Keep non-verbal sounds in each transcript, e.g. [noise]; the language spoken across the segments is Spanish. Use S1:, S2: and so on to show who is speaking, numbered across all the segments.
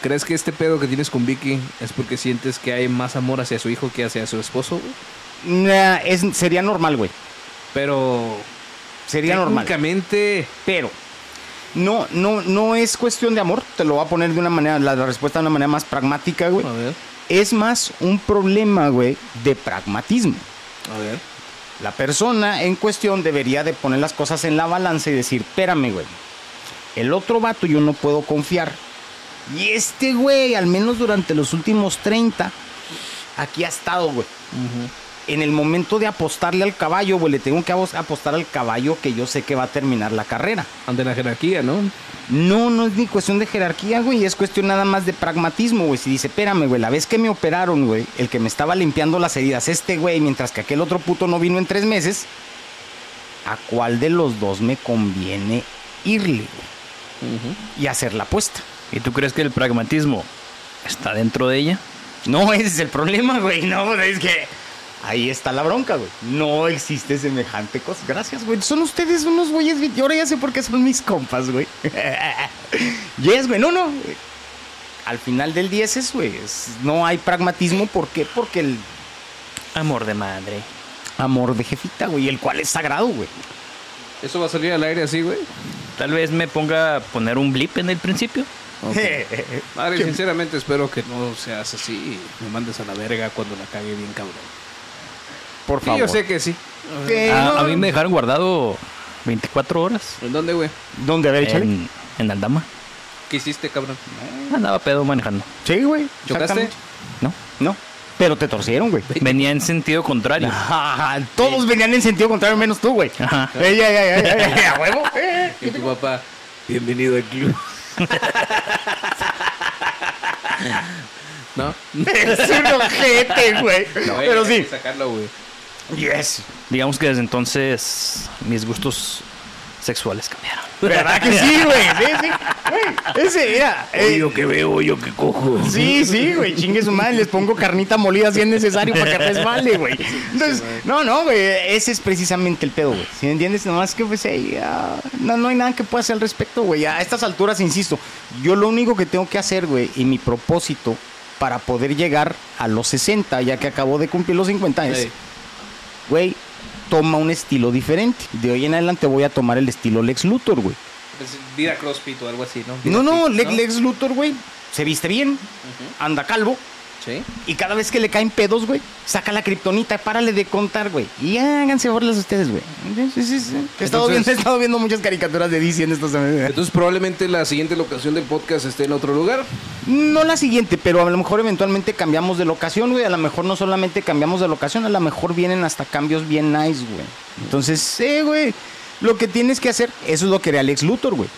S1: ¿Crees que este pedo que tienes con Vicky es porque sientes que hay más amor hacia su hijo que hacia su esposo? güey?
S2: Nah, es, sería normal, güey.
S1: Pero
S2: Sería normal.
S1: Técnicamente,
S2: Pero no, no, no es cuestión de amor. Te lo voy a poner de una manera, la la respuesta de una manera más pragmática, güey.
S1: a ver,
S2: Es más un problema, güey, de pragmatismo.
S1: a ver.
S2: La persona en cuestión debería de poner las cosas en la balanza y decir, espérame, güey. El otro vato yo no puedo confiar. Y este güey, al menos durante los últimos 30, aquí ha estado, güey. En el momento de apostarle al caballo, güey, le tengo que apos- apostar al caballo que yo sé que va a terminar la carrera.
S1: Ante la jerarquía, ¿no?
S2: No, no es ni cuestión de jerarquía, güey, es cuestión nada más de pragmatismo, güey. Si dice, espérame, güey, la vez que me operaron, güey, el que me estaba limpiando las heridas, este güey, mientras que aquel otro puto no vino en tres meses, ¿a cuál de los dos me conviene irle güey? y hacer la apuesta?
S3: ¿Y tú crees que el pragmatismo está dentro de ella?
S2: No, ese es el problema, güey, no, es que ahí está la bronca, güey. No existe semejante cosa. Gracias, güey. Son ustedes unos güeyes, bien- y ahora ya sé por qué son mis compas, güey. [laughs] Yes, güey, no, no. Al final del 10 es, güey, es- no hay pragmatismo. ¿Por qué? Porque el
S3: Amor de madre.
S2: amor de jefita, güey, el cual es sagrado, güey.
S1: Eso va a salir al aire así, güey.
S3: Tal vez me ponga a poner un blip en el principio.
S1: Madre, sinceramente espero que no seas así y me mandes a la verga cuando la cague bien cabrón.
S2: [laughs] Por
S1: Sí,
S2: favor. Ah,
S1: yo sé que sí.
S2: Que Eh, no-
S3: Ah, A, a mí me dejaron guardado 24 horas
S1: ¿En dónde, güey?
S2: ¿Dónde? A ver, échale.
S3: en, en Aldama.
S1: ¿Qué hiciste, cabrón?
S3: Andaba pedo manejando,
S2: Sí, güey.
S1: ¿Chocaste?
S2: exactamente.
S3: ¿no?
S2: No, pero te torcieron, güey.
S3: Venía en sentido contrario.
S2: Ah. [laughs] Ajá, Todos venían en sentido contrario, menos tú, güey.
S3: Ajá.
S2: [laughs] Ey, ey, ey, ey, ey, ey, a huevo. [laughs] eh.
S1: Y tu papá, bienvenido al club. ¿No?
S2: Es un ojete, güey.
S1: güey,
S2: Pero
S1: hay que
S2: sí.
S1: sacarlo, güey.
S2: eh. Yes.
S3: Digamos que desde entonces mis gustos sexuales cambiaron.
S2: [laughs] ¿Verdad que sí, güey? Sí, sí. Güey, ese, mira. eh,
S3: que veo, yo que cojo.
S2: Sí, sí, güey, chingue su madre, les pongo carnita molida si es necesario para que resbale, güey. Entonces, no, no, güey, ese es precisamente el pedo, güey. Si me entiendes, nomás que pues, ey, ah, no, no hay nada que pueda hacer al respecto, güey. A estas alturas, insisto, yo lo único que tengo que hacer, güey, y mi propósito para poder llegar a los 60, ya que acabo de cumplir los 50, es,
S1: Ey.
S2: güey, toma un estilo diferente. De hoy en adelante voy a tomar el estilo Lex Luthor, güey.
S1: Pues, Vida CrossFit o algo así, ¿no? Vida
S2: No, no,
S1: fit,
S2: Lex, Lex Luthor, güey, se viste bien, anda calvo.
S1: Sí.
S2: Y cada vez que le caen pedos, güey, saca la kriptonita, párale de contar, güey. Y ya, háganse borlas ustedes, güey. Sí, sí, sí. He estado,
S1: Entonces-
S2: viendo, he estado viendo muchas caricaturas de DC en estos semanas.
S1: Entonces probablemente la siguiente locación del podcast esté en otro lugar.
S2: No la siguiente, pero a lo mejor eventualmente cambiamos de locación, güey. A lo mejor no solamente cambiamos de locación, a lo mejor vienen hasta cambios bien nice, güey. Entonces, sí, güey. Lo que tienes que hacer, eso es lo que haría Lex Luthor, güey.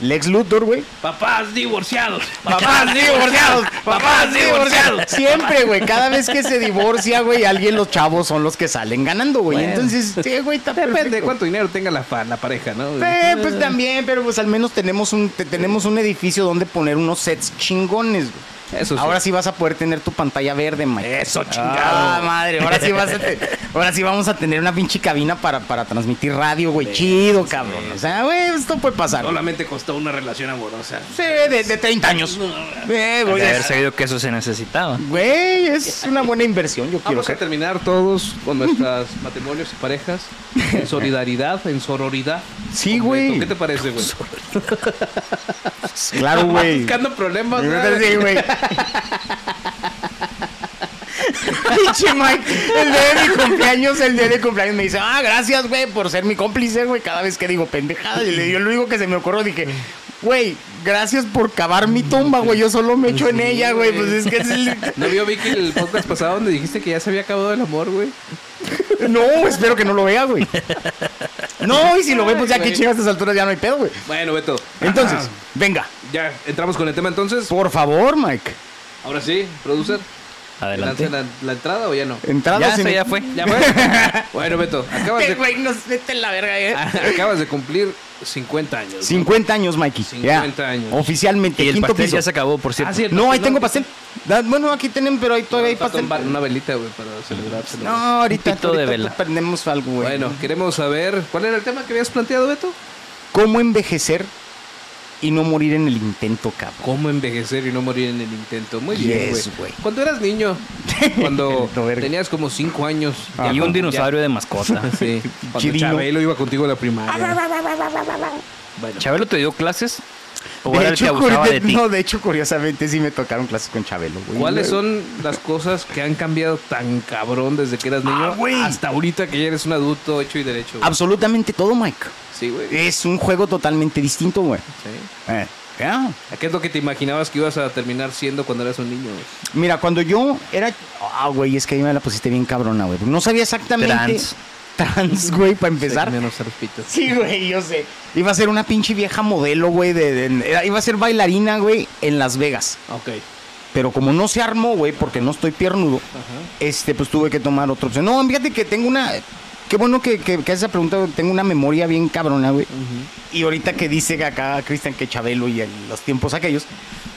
S2: Lex Luthor, güey.
S3: Papás divorciados.
S2: Papás divorciados, [laughs] papás divorciados. Siempre, güey. Cada vez que se divorcia, güey, alguien, los chavos son los que salen ganando, güey.
S1: Bueno.
S2: Entonces, sí, güey, está
S1: [laughs] Depende de
S2: perfecto.
S1: cuánto dinero tenga la, fa- la pareja, ¿no?
S2: Eh, pues también, pero pues al menos tenemos un, te- tenemos un edificio donde poner unos sets chingones, güey.
S1: Eso sí.
S2: Ahora sí vas a poder tener tu pantalla verde, Mike. Eso chingada madre. Ahora sí vas a te- ahora sí vamos a tener una pinche cabina para, para transmitir radio, güey. Chido, cabrón. O sea, güey, esto puede pasar.
S1: Solamente costó una relación amorosa.
S2: Sí, de, de 30 años. Eh, güey,
S3: De haber
S2: es-
S3: sabido que eso se necesitaba.
S2: Güey, es una buena inversión, yo quiero
S1: Vamos a
S2: ser.
S1: terminar todos con nuestros [laughs] matrimonios y parejas en solidaridad, en sororidad.
S2: Sí,
S1: Completo.
S2: güey.
S1: ¿Qué te parece, güey?
S2: Claro, güey.
S1: Buscando problemas, güey.
S2: Sí, güey. Pinche Mike, el día de mi cumpleaños, el día de cumpleaños me dice, ah, gracias, güey, por ser mi cómplice, güey, cada vez que digo pendejada. Y le- yo lo único que se me ocurrió dije, güey, gracias por cavar mi tumba, güey, yo solo me echo en ella, güey, pues es que... es el-
S1: ¿No vio Vicky el podcast pasado donde dijiste que ya se había acabado el amor, güey?
S2: No, espero que no lo vea, güey. No, y si lo ve, pues ya que llega a estas alturas ya no hay pedo, güey.
S1: Bueno, Beto.
S2: Entonces, venga,
S1: Ya, entramos con el tema entonces.
S2: por favor, Mike.
S1: Ahora sí, producer.
S3: Adelante.
S1: ¿Lanza la, la entrada o ya no?
S2: Entrada
S3: Ya,
S2: sin-
S3: eso ya fue.
S1: Ya fue.
S2: [laughs]
S1: bueno, Beto, acabas
S2: Este
S1: de,
S2: güey nos mete en la verga, eh.
S1: [laughs] acabas de cumplir 50 años. ¿no?
S2: 50 años, Mikey.
S1: 50
S2: ya.
S1: años.
S2: Oficialmente.
S3: Y el
S2: quinto
S3: pastel
S2: piso.
S3: ya se acabó, por cierto.
S1: Ah, cierto.
S2: No, ahí
S1: No,
S2: tengo
S1: no.
S2: pastel. Da- Bueno, aquí tienen, pero ahí todavía hay
S1: Falta
S2: pastel.
S1: un bar- una velita, güey, para celebrárselo.
S2: No, ahorita,
S3: pito de
S2: ahorita
S3: vela.
S2: prendemos algo, güey.
S1: Bueno, queremos saber cuál era el tema que habías planteado, Beto.
S2: ¿Cómo envejecer y no morir en el intento, cabrón?
S1: Cómo envejecer y no morir en el intento. Muy bien,
S2: Yes,
S1: güey.
S2: güey.
S1: Cuando
S2: [laughs]
S1: eras niño, cuando
S2: No, verga.
S1: tenías como 5 años.
S2: Ah,
S3: y
S1: ya-
S3: un dinosaurio de
S2: [laughs]
S3: mascota.
S1: ya- [laughs] sí. Cuando
S2: Chirino.
S1: Chabelo iba contigo a la primaria. Bueno,
S3: ¿Chabelo te dio clases? ¿O era el que abusaba
S2: curi-
S3: de ti?
S2: No, de hecho, curiosamente sí me tocaron clases con Chabelo, güey.
S1: ¿cuáles son las cosas que han cambiado tan cabrón desde que eras niño
S2: Ah, güey.
S1: hasta ahorita que ya eres un adulto hecho y derecho? güey?
S2: Absolutamente todo, Mike.
S1: Sí, güey.
S2: Es un juego totalmente distinto, güey.
S1: Sí.
S2: Eh, ya.
S1: ¿Qué es lo que te imaginabas que ibas a terminar siendo cuando eras un niño? güey?
S2: Mira, cuando yo era. Ah, güey, es que ahí me la pusiste bien cabrona, güey. No sabía exactamente.
S3: Trans.
S2: Trans, güey, para empezar.
S1: Sí, menos a los pitos.
S2: Sí, güey, yo sé. Iba a ser una pinche vieja modelo, güey. De, de- era- iba a ser bailarina, güey, en Las Vegas.
S1: Ok.
S2: Pero como no se armó, güey, porque no estoy piernudo, este, pues tuve que tomar otra opción. No, fíjate que tengo una. Qué bueno que, que, que haces esa pregunta, güey. tengo una memoria bien cabrona, güey. Y ahorita que dice acá Cristian que Chabelo y el- los tiempos aquellos.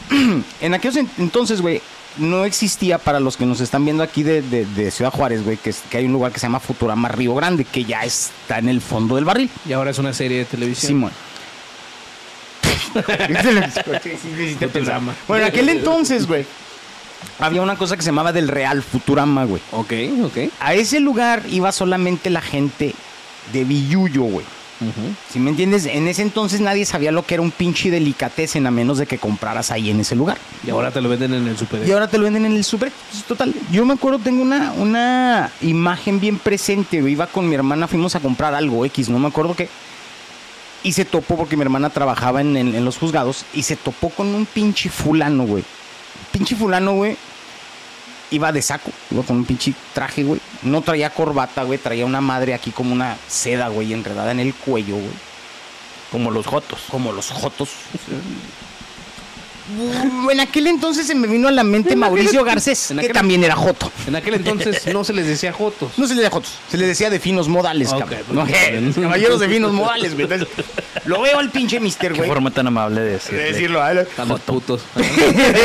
S2: [clears throat] en aquellos en- entonces, güey, no existía para los que nos están viendo aquí de, de- de Ciudad Juárez, güey, que, es- que hay un lugar que se llama Futurama Río Grande, que ya está en el fondo del barril.
S1: Y ahora es una serie de televisión. [laughs]
S2: Simón.
S1: Futurama.
S2: bueno, aquel entonces, güey, había una cosa que se llamaba del Real Futurama, güey.
S1: Ok, ok.
S2: A ese lugar iba solamente la gente de Villuyo, güey. Si me entiendes, en ese entonces nadie sabía lo que era un pinche delicatessen a menos de que compraras ahí en ese lugar.
S1: Y ahora te lo venden en el super.
S2: Y ahora te lo venden en el super. Pues, Total, yo me acuerdo, tengo una, una imagen bien presente. güey. Iba con mi hermana, fuimos a comprar algo X, no me acuerdo qué. Y se topó porque mi hermana trabajaba en, en- en los juzgados. Y se topó con un pinche fulano, güey. Pinche fulano, güey. Iba de saco, iba con un pinche traje, güey. No traía corbata, güey. Traía una madre aquí como una seda, güey, enredada en el cuello, güey.
S3: Como los Jotos.
S2: Como los jotos. [laughs] En aquel entonces se me vino a la mente Mauricio Garcés,
S1: en
S2: que
S1: aquel-
S2: también era joto.
S1: En aquel entonces no se les decía jotos.
S2: No se le decía jotos, se le decía de finos modales,
S1: Ok,
S2: cabrón.
S1: pues,
S2: No,
S1: está
S2: eh, [laughs]
S1: bien.
S2: caballeros de finos modales, güey. Entonces, lo veo al pinche mister,
S3: Qué
S2: güey.
S3: forma tan amable de
S2: De
S3: decirle.
S2: decirlo, [laughs] a él.
S1: A los putos.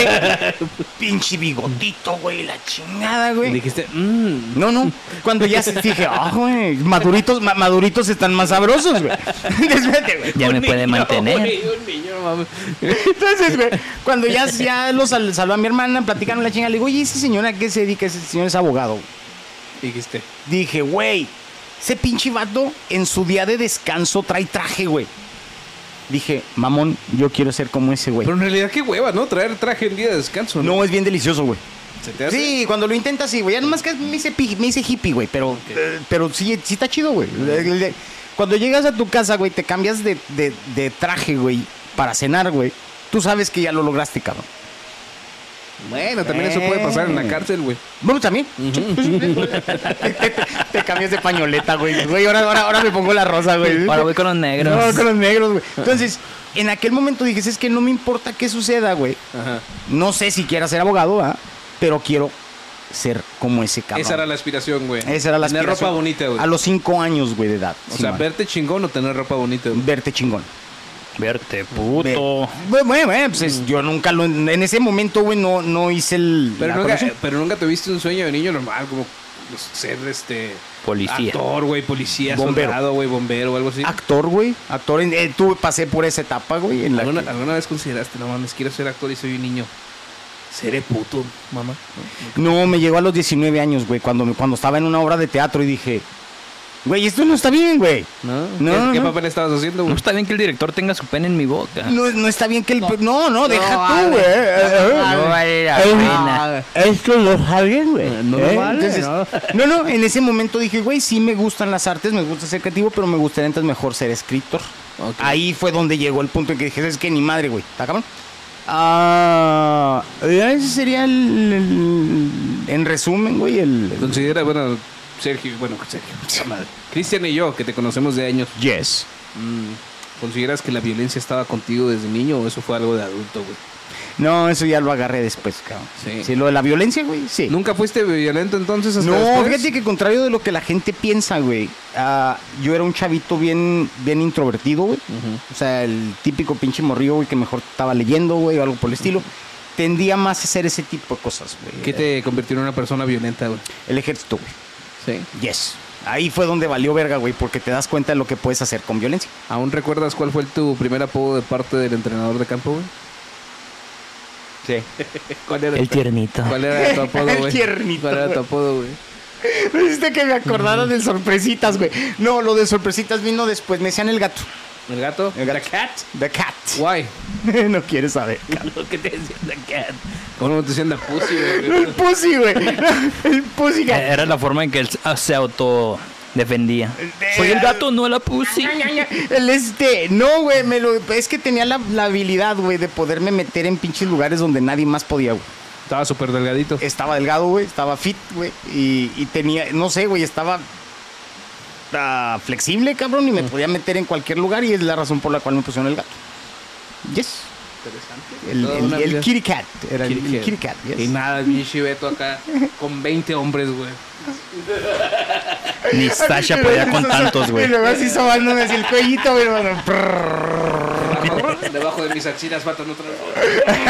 S2: [laughs] pinche bigotito, güey, la chingada,
S1: Y
S2: güey.
S1: dijiste, [laughs] mmm.
S2: No, no. Cuando
S3: [laughs]
S2: ya se- dije, ah, güey, maduritos, ma- maduritos están más sabrosos, güey. [laughs] Espérate, güey.
S3: Ya me puede mantener.
S1: güey, un niño, mames.
S2: Entonces, güey, cuando ya, ya lo sal- saludó a mi hermana, platicaron la chinga, le digo, oye, ese señor a qué se dedica? Ese señor es abogado.
S1: Dijiste,
S2: Dije, güey, ese pinche vato en su día de descanso trae traje, güey. Dije, mamón, yo quiero ser como ese, güey.
S1: pero en realidad qué hueva, ¿no? Traer traje en día de descanso, ¿no?
S2: No, es bien delicioso, güey.
S1: ¿Se te hace?
S2: Sí, cuando lo intentas, sí, güey. Ya nomás que me hice, pi- me hice hippie, güey. Pero, eh, pero sí, sí está chido, güey. El- el- Cuando llegas a tu casa, güey, te cambias de, de- de traje, güey, para cenar, güey. Tú sabes que ya lo lograste, cabrón.
S1: Bueno, también eso puede pasar en la
S2: Eh.
S1: cárcel, güey.
S2: Vamos también. te, pues, [laughs] te cambias de pañoleta, güey. Güey, ahora, ahora, ahora me pongo la rosa, güey.
S3: Ahora voy con los
S2: No,
S3: negros.
S2: con los negros, güey. Entonces, en aquel momento dije, es que no me importa qué suceda, güey.
S1: Ajá.
S2: No sé si quiera ser abogado, ¿ah? pero quiero ser como ese cabrón.
S1: Esa era la aspiración, güey.
S2: Esa era la
S1: Tener
S2: aspiración.
S1: ropa bonita, güey.
S2: A los cinco años, güey, de edad.
S1: O
S2: sí,
S1: sea,
S2: man.
S1: verte chingón o tener ropa bonita, güey.
S2: verte chingón.
S3: Verte,
S2: Ve-
S3: puto.
S2: Bueno, bueno, bueno, pues es- yo nunca lo... En ese momento, güey, no, no hice el...
S1: Pero eh,
S2: la
S1: nunca,
S2: conexión.
S1: pero nunca tuviste un sueño de niño normal, como pues, ser este.
S3: Policía.
S1: Actor, güey, policía,
S2: Bombero. Ah,
S1: soldado, güey, bombero o algo así.
S2: Actor, güey. Actor. en- eh, tú pasé por esa etapa, güey. En la
S1: ¿Alguna,
S2: que-
S1: alguna vez consideraste, no mames, quiero ser actor y soy un niño? Seré puto, mamá.
S2: No, me llegó a los 19 años, güey, cuando, me- cuando estaba en una obra de teatro y dije, güey, esto no está bien, güey.
S1: ¿No?
S2: No,
S1: ¿Qué, qué
S2: no.
S1: papel estabas haciendo,
S3: No
S1: güey?
S3: está bien que el director tenga su pene en mi boca.
S2: No, no está bien que el... pe- No, no, deja
S3: vale.
S2: tú, güey. Eh,
S3: No vale la pena.
S2: Esto no está bien, güey.
S3: no
S2: ¿Eh?
S3: vale,
S2: Entonces, no,
S3: no.
S2: no, en ese momento dije, güey, sí me gustan las artes, me gusta ser creativo, pero me gustaría entonces mejor ser escritor.
S1: Ok.
S2: Ahí fue donde llegó el punto en que dije, es que ni madre, güey, ¿está cabrón? Ah, ese sería el, el- en resumen, güey, el...
S1: Considera, bueno, Sergio, bueno, Sergio, [laughs] puta madre. Cristian y yo, que te conocemos de años,
S2: Yes.
S1: mm, ¿consideras que la violencia estaba contigo desde niño o eso fue algo de adulto, güey?
S2: No, eso ya lo agarré después, cabrón.
S1: Sí.
S2: Sí. lo de la violencia, güey, sí.
S1: ¿Nunca fuiste violento entonces hasta
S2: No,
S1: después?
S2: fíjate que contrario de lo que la gente piensa, güey. ah, yo era un chavito bien, bien introvertido, güey. O sea, el típico pinche morrillo, güey, que mejor estaba leyendo, güey, o algo por el estilo. Tendía más a hacer ese tipo de cosas, güey.
S1: ¿Qué te convirtió en una persona violenta, güey?
S2: El ejército, güey.
S1: Sí.
S2: Yes. Ahí fue donde valió verga, güey, porque te das cuenta de lo que puedes hacer con violencia.
S1: ¿Aún recuerdas cuál fue tu primer apodo de parte del entrenador de campo, güey?
S2: [laughs] Sí.
S1: ¿Cuál era?
S4: El tiernito.
S1: ¿Cuál era tu apodo,
S2: [laughs] El
S1: güey?
S2: tiernito,
S1: ¿Cuál era tu
S2: güey.
S1: apodo, güey?
S2: No hiciste que [laughs] me acordara de sorpresitas, güey. No, lo de sorpresitas vino después. Me decían el gato.
S1: ¿El gato?
S2: El gato. The cat. The cat.
S1: Guay.
S2: [laughs] no quieres saber.
S3: Lo que te decía la cat.
S1: ¿Cómo te decían la pussy,
S2: [laughs]
S1: güey?
S2: El pussy, güey. El pussy cat.
S3: Eh, Era la forma en que él se- se auto defendía. Soy el gato, no la pussy.
S2: El este, no, güey, me lo- es que tenía la, la habilidad, güey, de poderme meter en pinches lugares donde nadie más podía, güey.
S1: Estaba súper delgadito.
S2: Estaba delgado, güey, estaba fit, güey, y, y tenía, no sé, güey, estaba ah, flexible, cabrón, y me podía meter en cualquier lugar y es la razón por la cual me pusieron el gato. Yes. El,
S1: Toda
S2: el,
S1: una
S2: el
S1: vida.
S2: kitty cat, era el-
S1: Kitty
S2: el,
S1: cat.
S2: kitty cat, yes.
S1: Y nada, mi chiveto acá con 20
S2: [laughs]
S1: hombres, güey.
S3: Ni Sasha podía con tantos,
S2: [laughs] Y
S3: güey.
S2: luego así sobándome así el cuellito, güey, hermano.
S1: Debajo de mis axilas, patas, no traigo.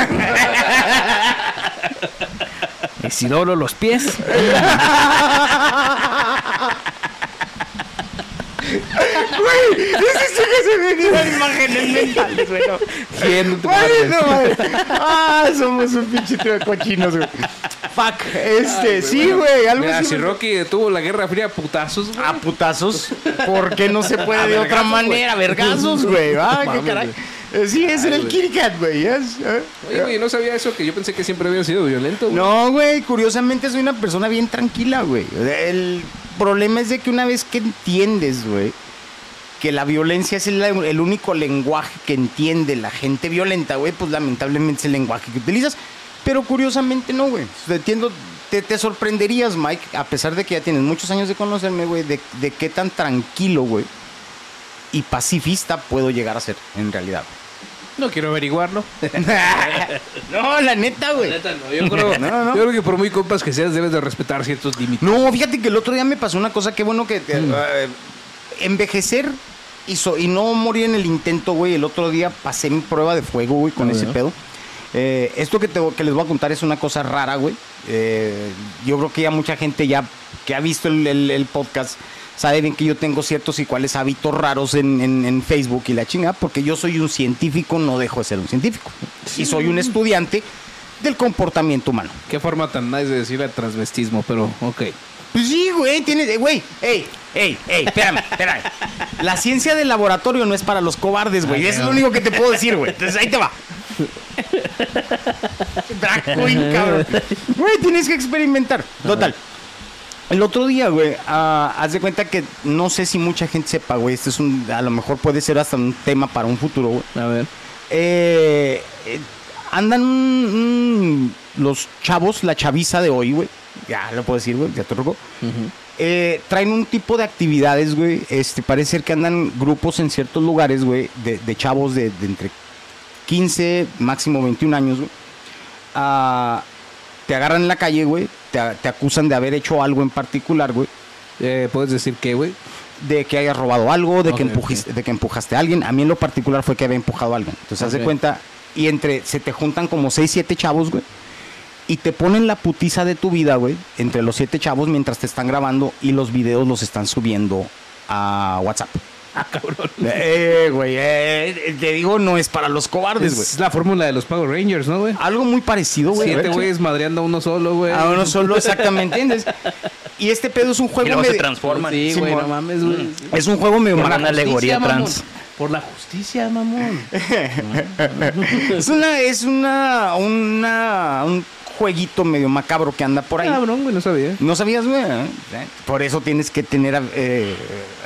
S3: Y si doblo los pies,
S2: Güey, es eso que se me vienen imágenes mentales, güey. no.
S1: ¿Quién?
S2: Güey, no mames. Ah, somos un pinche trío de cochinos, güey. Fuck, este, sí, güey, algo
S1: Mira,
S2: así.
S1: si
S2: güey.
S1: Rocky detuvo la Guerra Fría a putazos, güey.
S2: A putazos, ¿por qué no se puede
S1: A
S2: de otra
S1: vergazos, güey.
S2: manera? Vergazos, güey. Ah,
S1: Mames,
S2: qué caray. Eh, Sí, ese era el
S1: güey.
S2: Kitty Cat, güey. yes, eh.
S1: Oye, güey, no sabía eso, que yo pensé que siempre había sido violento, güey.
S2: No, güey, curiosamente soy una persona bien tranquila, güey. El problema es de que una vez que entiendes, güey, que la violencia es el, el único lenguaje que entiende la gente violenta, güey, pues lamentablemente es el lenguaje que utilizas. Pero curiosamente no, güey. Te entiendo, te, te sorprenderías, Mike, a pesar de que ya tienes muchos años de conocerme, güey, de, de qué tan tranquilo, güey, y pacifista puedo llegar a ser, en realidad.
S1: No quiero averiguarlo.
S2: no, la neta, güey.
S1: [laughs] No, yo creo,
S2: No, no.
S1: yo creo que por muy compas que seas, debes de respetar ciertos límites.
S2: No, fíjate que el otro día me pasó una cosa, qué bueno que te- eh, envejecer y, so- y no morir en el intento, güey. El otro día pasé mi prueba de fuego, güey, con
S1: Ah,
S2: ese
S1: bueno.
S2: pedo. Eh, esto que, te, que les voy a contar es una cosa rara, güey. Eh, yo creo que ya mucha gente ya que ha visto el, el- el podcast sabe bien que yo tengo ciertos y cuáles hábitos raros en, en- en Facebook y la chingada, porque yo soy un científico, no dejo de ser un científico. Y soy un estudiante del comportamiento humano.
S1: Qué forma tan nice de decir el transvestismo, pero ok.
S2: Pues sí, güey, tienes, eh, güey, ey, ey, ey, espérame, espérame. La ciencia del laboratorio no es para los cobardes, güey. Eso es lo único que te puedo decir, güey. Entonces ahí te va. Drag queen, cabrón. Güey, tienes que experimentar. Total. El otro día, güey, ah, haz de cuenta que no sé si mucha gente sepa, güey. Este es un, a lo mejor puede ser hasta un tema para un futuro, güey.
S1: A ver.
S2: Eh, eh, andan un- un- los chavos, la chaviza de hoy, güey. Ya lo puedo decir, güey, ya te ruego. Eh, traen un tipo de actividades, güey. Este, parece ser que andan grupos en ciertos lugares, güey, de, de chavos de, de entre 15, máximo 21 años, güey. Ah, te agarran en la calle, güey. Te, a- te acusan de haber hecho algo en particular, güey.
S1: Eh, ¿Puedes decir qué, güey?
S2: De que hayas robado algo, de, que
S1: Ok,
S2: empujiste, de que empujaste a alguien. A mí en lo particular fue que había empujado a alguien. Entonces, haz de
S1: Ok.
S2: cuenta. Y entre, se te juntan como 6, 7 chavos, güey. Y te ponen la putiza de tu vida, güey. Entre los 7 chavos mientras te están grabando y los videos los están subiendo a WhatsApp. Ah, cabrón. [laughs] Eh, güey. eh, eh, te digo, no es para los cobardes, güey.
S1: Es Pues la fórmula de los Power Rangers, ¿no, güey? Ah,
S2: Algo muy parecido, güey.
S1: Siete
S2: De hecho.
S1: güeyes madreando a uno solo, güey.
S2: A uno solo, exactamente. ¿entiendes? Y este pedo es un
S3: y
S2: juego
S3: luego se
S2: medio.
S3: transforman.
S1: Sí, güey,
S2: Simón.
S1: no mames, güey.
S2: Es un juego medio
S3: Por una
S2: maravilloso.
S3: alegoría trans.
S1: Por la justicia, [laughs] mamón.
S2: Es una, es una, una- un jueguito medio macabro que anda por ahí.
S3: Ah,
S1: Cabrón, güey, no sabía.
S2: No sabías, güey. ¿Eh? Por eso tienes que tener. eh,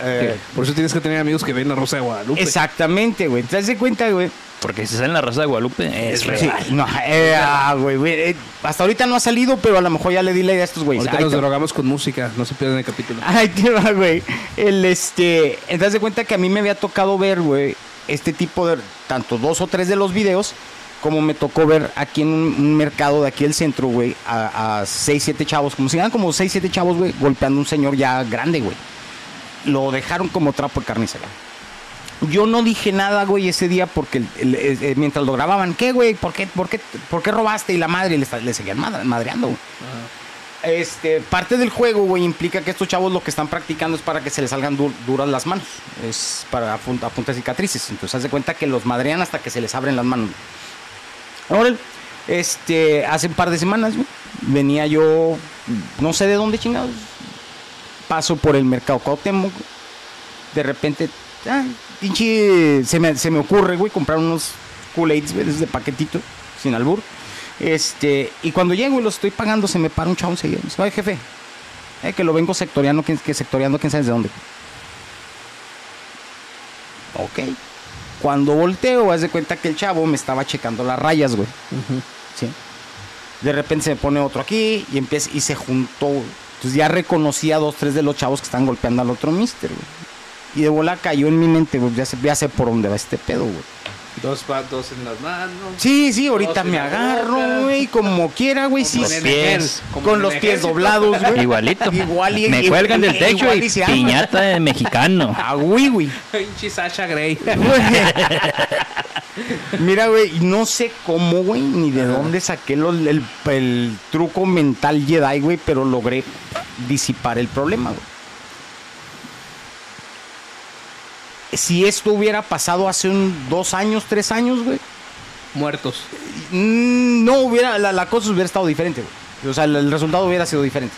S2: eh,
S1: Por eso tienes que tener amigos que ven la Rosa de
S3: pues.
S1: Guadalupe.
S2: exactamente, güey. ¿Te das de cuenta, güey?
S3: Porque si sale en la raza de Guadalupe, es
S2: Sí,
S3: real.
S2: no, eh, ah, güey, güey, eh, hasta ahorita no ha salido, pero a lo mejor ya le di la idea a estos güeyes.
S1: Ahorita
S2: Ahí
S1: nos
S2: te va.
S1: drogamos con música, no se pierdan el capítulo.
S2: Ahí te va, güey. El este. eh, das de cuenta que a mí me había tocado ver, güey, este tipo de. Tanto dos o tres de los videos. Como me tocó ver aquí en un, un mercado de aquí del centro, güey, a, a seis, siete chavos, como si eran como seis, siete chavos, güey, golpeando a un señor ya grande, güey. Lo dejaron como trapo de carnicera. Yo no dije nada, güey, ese día porque el- el- el- eh, mientras lo grababan, ¿qué, güey? ¿Por qué, por, qué, ¿Por qué robaste? Y la madre le, está- le seguían madre- madreando, güey. Este, parte del juego, güey, implica que estos chavos lo que están practicando es para que se les salgan du- duras las manos. Es para apun- apuntar cicatrices. Entonces, haz de cuenta que los madrean hasta que se les abren las manos. Ahora, este, hace un par de semanas, güey, venía yo, no sé de dónde chingados, paso por el mercado Cuauhtémoc, güey. de repente, ah, pinche, se me, se me ocurre, güey, comprar unos Kool-Aids, güey, de esos de paquetito, sin albur. Este, y cuando llego y los estoy pagando, se me para un chavo enseguida. Me dice, "Oye, jefe, eh, que lo vengo sectoriando, que, que sectoriando, quién sabe de dónde. Ok. Cuando volteo, haz de cuenta que el chavo me estaba checando las rayas, güey. ¿Sí? De repente se me pone otro aquí y empieza y se juntó. güey. Entonces ya reconocí a dos, tres de los chavos que están golpeando al otro mister, güey. Y de bola cayó en mi mente, güey. Ya sé, ya sé por dónde va este pedo, güey.
S1: Dos patos en las manos.
S2: Sí, sí, ahorita
S1: Dos en
S2: me
S1: la
S2: agarro,
S1: boca.
S2: güey, como quiera, güey,
S1: Como
S2: sí.
S1: en el pies.
S2: Con
S1: Como en el
S2: los pies
S1: ejército.
S2: doblados, güey.
S3: Igualito.
S2: Igual y-
S3: me
S2: y-
S3: cuelgan del
S2: y-
S3: techo
S2: igual
S3: y,
S2: y se arma.
S3: piñata de mexicano.
S2: Ah, güey, güey.
S1: Pinche Sasha Grey.
S2: [laughs] Mira, güey, y no sé cómo, güey, ni de dónde saqué los- el, el truco mental Jedi, güey, pero logré disipar el problema, güey. Si esto hubiera pasado hace un dos años, tres años, güey,
S1: Muertos.
S2: Mm, no hubiera, la, la cosa hubiera estado diferente, güey. O sea, el, el resultado hubiera sido diferente.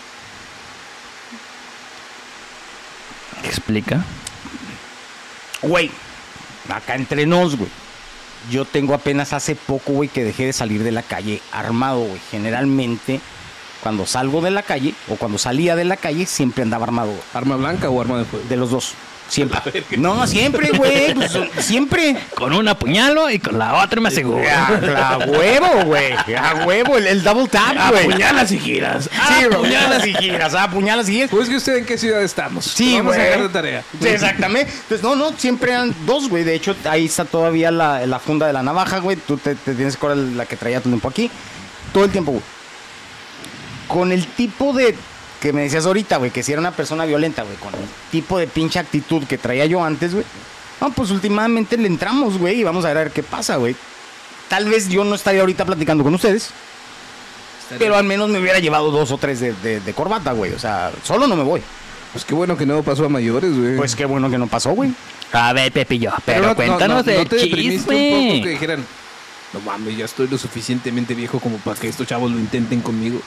S3: Explica.
S2: Güey, acá entre nos, güey. Yo tengo apenas hace poco, güey, que dejé de salir de la calle armado, güey. Generalmente, cuando salgo de la calle o cuando salía de la calle, siempre andaba armado, güey.
S1: ¿Arma blanca o arma de fuego?
S2: De los dos. [laughs] Siempre. No, siempre, güey. pues, [laughs] siempre.
S3: Con una puñalo y con la otra me aseguro.
S2: A, a huevo, güey. A huevo, el, el double tap, güey.
S3: Puñalas y giras.
S2: Sí, güey, puñalas y giras, ah, puñalas y giras.
S1: Juzgue Pues usted en qué ciudad estamos.
S2: Sí,
S1: Lo Vamos a
S2: güey.
S1: dejar de tarea.
S2: Sí, exactamente. Entonces, no, no, siempre eran dos, güey. De hecho, ahí está todavía la, la funda de la navaja, güey. Tú te, te tienes que cobrar la que traía tu tiempo aquí. Todo el tiempo, güey. Con el tipo de. Que me decías ahorita, güey, que si era una persona violenta, güey, con el tipo de pinche actitud que traía yo antes, güey. No, pues últimamente le entramos, güey, y vamos a ver, a ver qué pasa, güey. Tal vez yo no estaría ahorita platicando con ustedes, pero al menos me hubiera llevado dos o tres de, de- de corbata, güey. O sea, solo no me voy.
S1: Pues qué bueno que no pasó a mayores, güey.
S2: Pues qué bueno que no pasó, güey.
S3: A ver, Pepillo, pero,
S1: no- no-
S3: cuéntanos
S1: no-
S3: el
S1: ¿no te deprimiste un poco que
S3: chisme.
S1: dijeran, no mames, ya estoy lo suficientemente viejo como para que estos chavos lo intenten conmigo.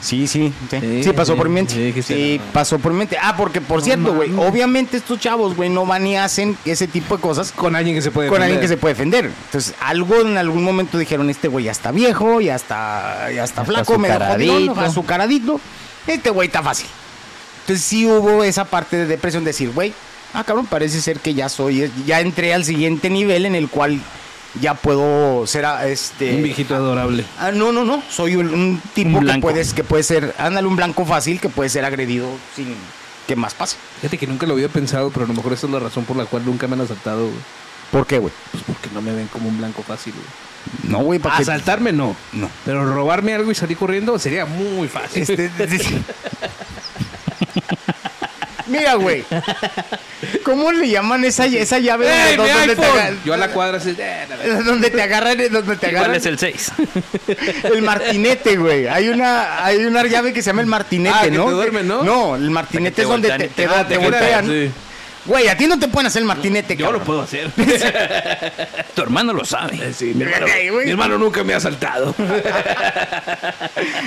S2: Sí, sí, sí.
S1: Sí,
S2: Sí, pasó
S1: sí,
S2: por mi mente.
S1: sí,
S2: Sí,
S1: dijiste, no.
S2: pasó por mi mente. Ah, porque por cierto, güey,
S1: mames.
S2: obviamente estos chavos, güey, no van y hacen ese tipo de cosas
S1: Con alguien que se puede
S2: con alguien que se
S1: defender.
S2: puede defender. Entonces, algo en algún momento dijeron, este güey ya está viejo, ya está, ya está
S3: Ya está
S2: flaco, me dejó
S3: azucaradito.
S2: jodidón, azucaradito. Este güey está fácil. Entonces sí hubo esa parte de depresión, de decir, güey, ah, cabrón, parece ser que ya soy, ya entré al siguiente nivel en el cual ya puedo ser ah, este
S1: Un viejito adorable.
S2: Ah, no, no, no. Soy un, un
S3: Un
S2: tipo que
S3: blanco.
S2: puedes, que puede ser, ándale, un blanco fácil que puede ser agredido sin que más pase.
S1: Fíjate que nunca lo había pensado, pero a lo mejor esa es la razón por la cual nunca me han asaltado, güey.
S2: ¿Por qué, güey?
S1: Pues porque no me ven como un blanco fácil, güey.
S2: No, güey, para que.
S1: Asaltarme no.
S2: No.
S1: Pero robarme algo y salir corriendo sería muy fácil.
S2: Este- Mira, güey. ¿Cómo le llaman esa, esa llave
S1: [laughs] ¡Ey,
S2: donde,
S1: mi
S2: donde te
S1: iPhone!
S2: aga-
S1: Yo a la cuadra así, "Eh, la verdad".
S2: donde te agarran, donde te
S3: ¿Cuál
S2: agarran
S3: es el 6?
S2: el martinete, güey. Hay una, hay una llave que se llama el martinete,
S1: Ah, que
S2: ¿no?
S1: te duerme, ¿no?
S2: No, el martinete
S3: te
S2: es donde te,
S3: voltean y
S2: te-
S3: te-
S1: Ah,
S2: te
S1: te
S2: voltean.
S1: voltean, sí.
S2: Güey, a ti no te pueden hacer el martinete,
S1: [laughs] yo lo
S2: cabrón.
S1: puedo hacer.
S3: [laughs] Tu
S1: Eh,
S3: hermano lo sabe.
S1: Sí, mi hermano,
S2: Ay, güey.
S1: mi hermano nunca me ha asaltado.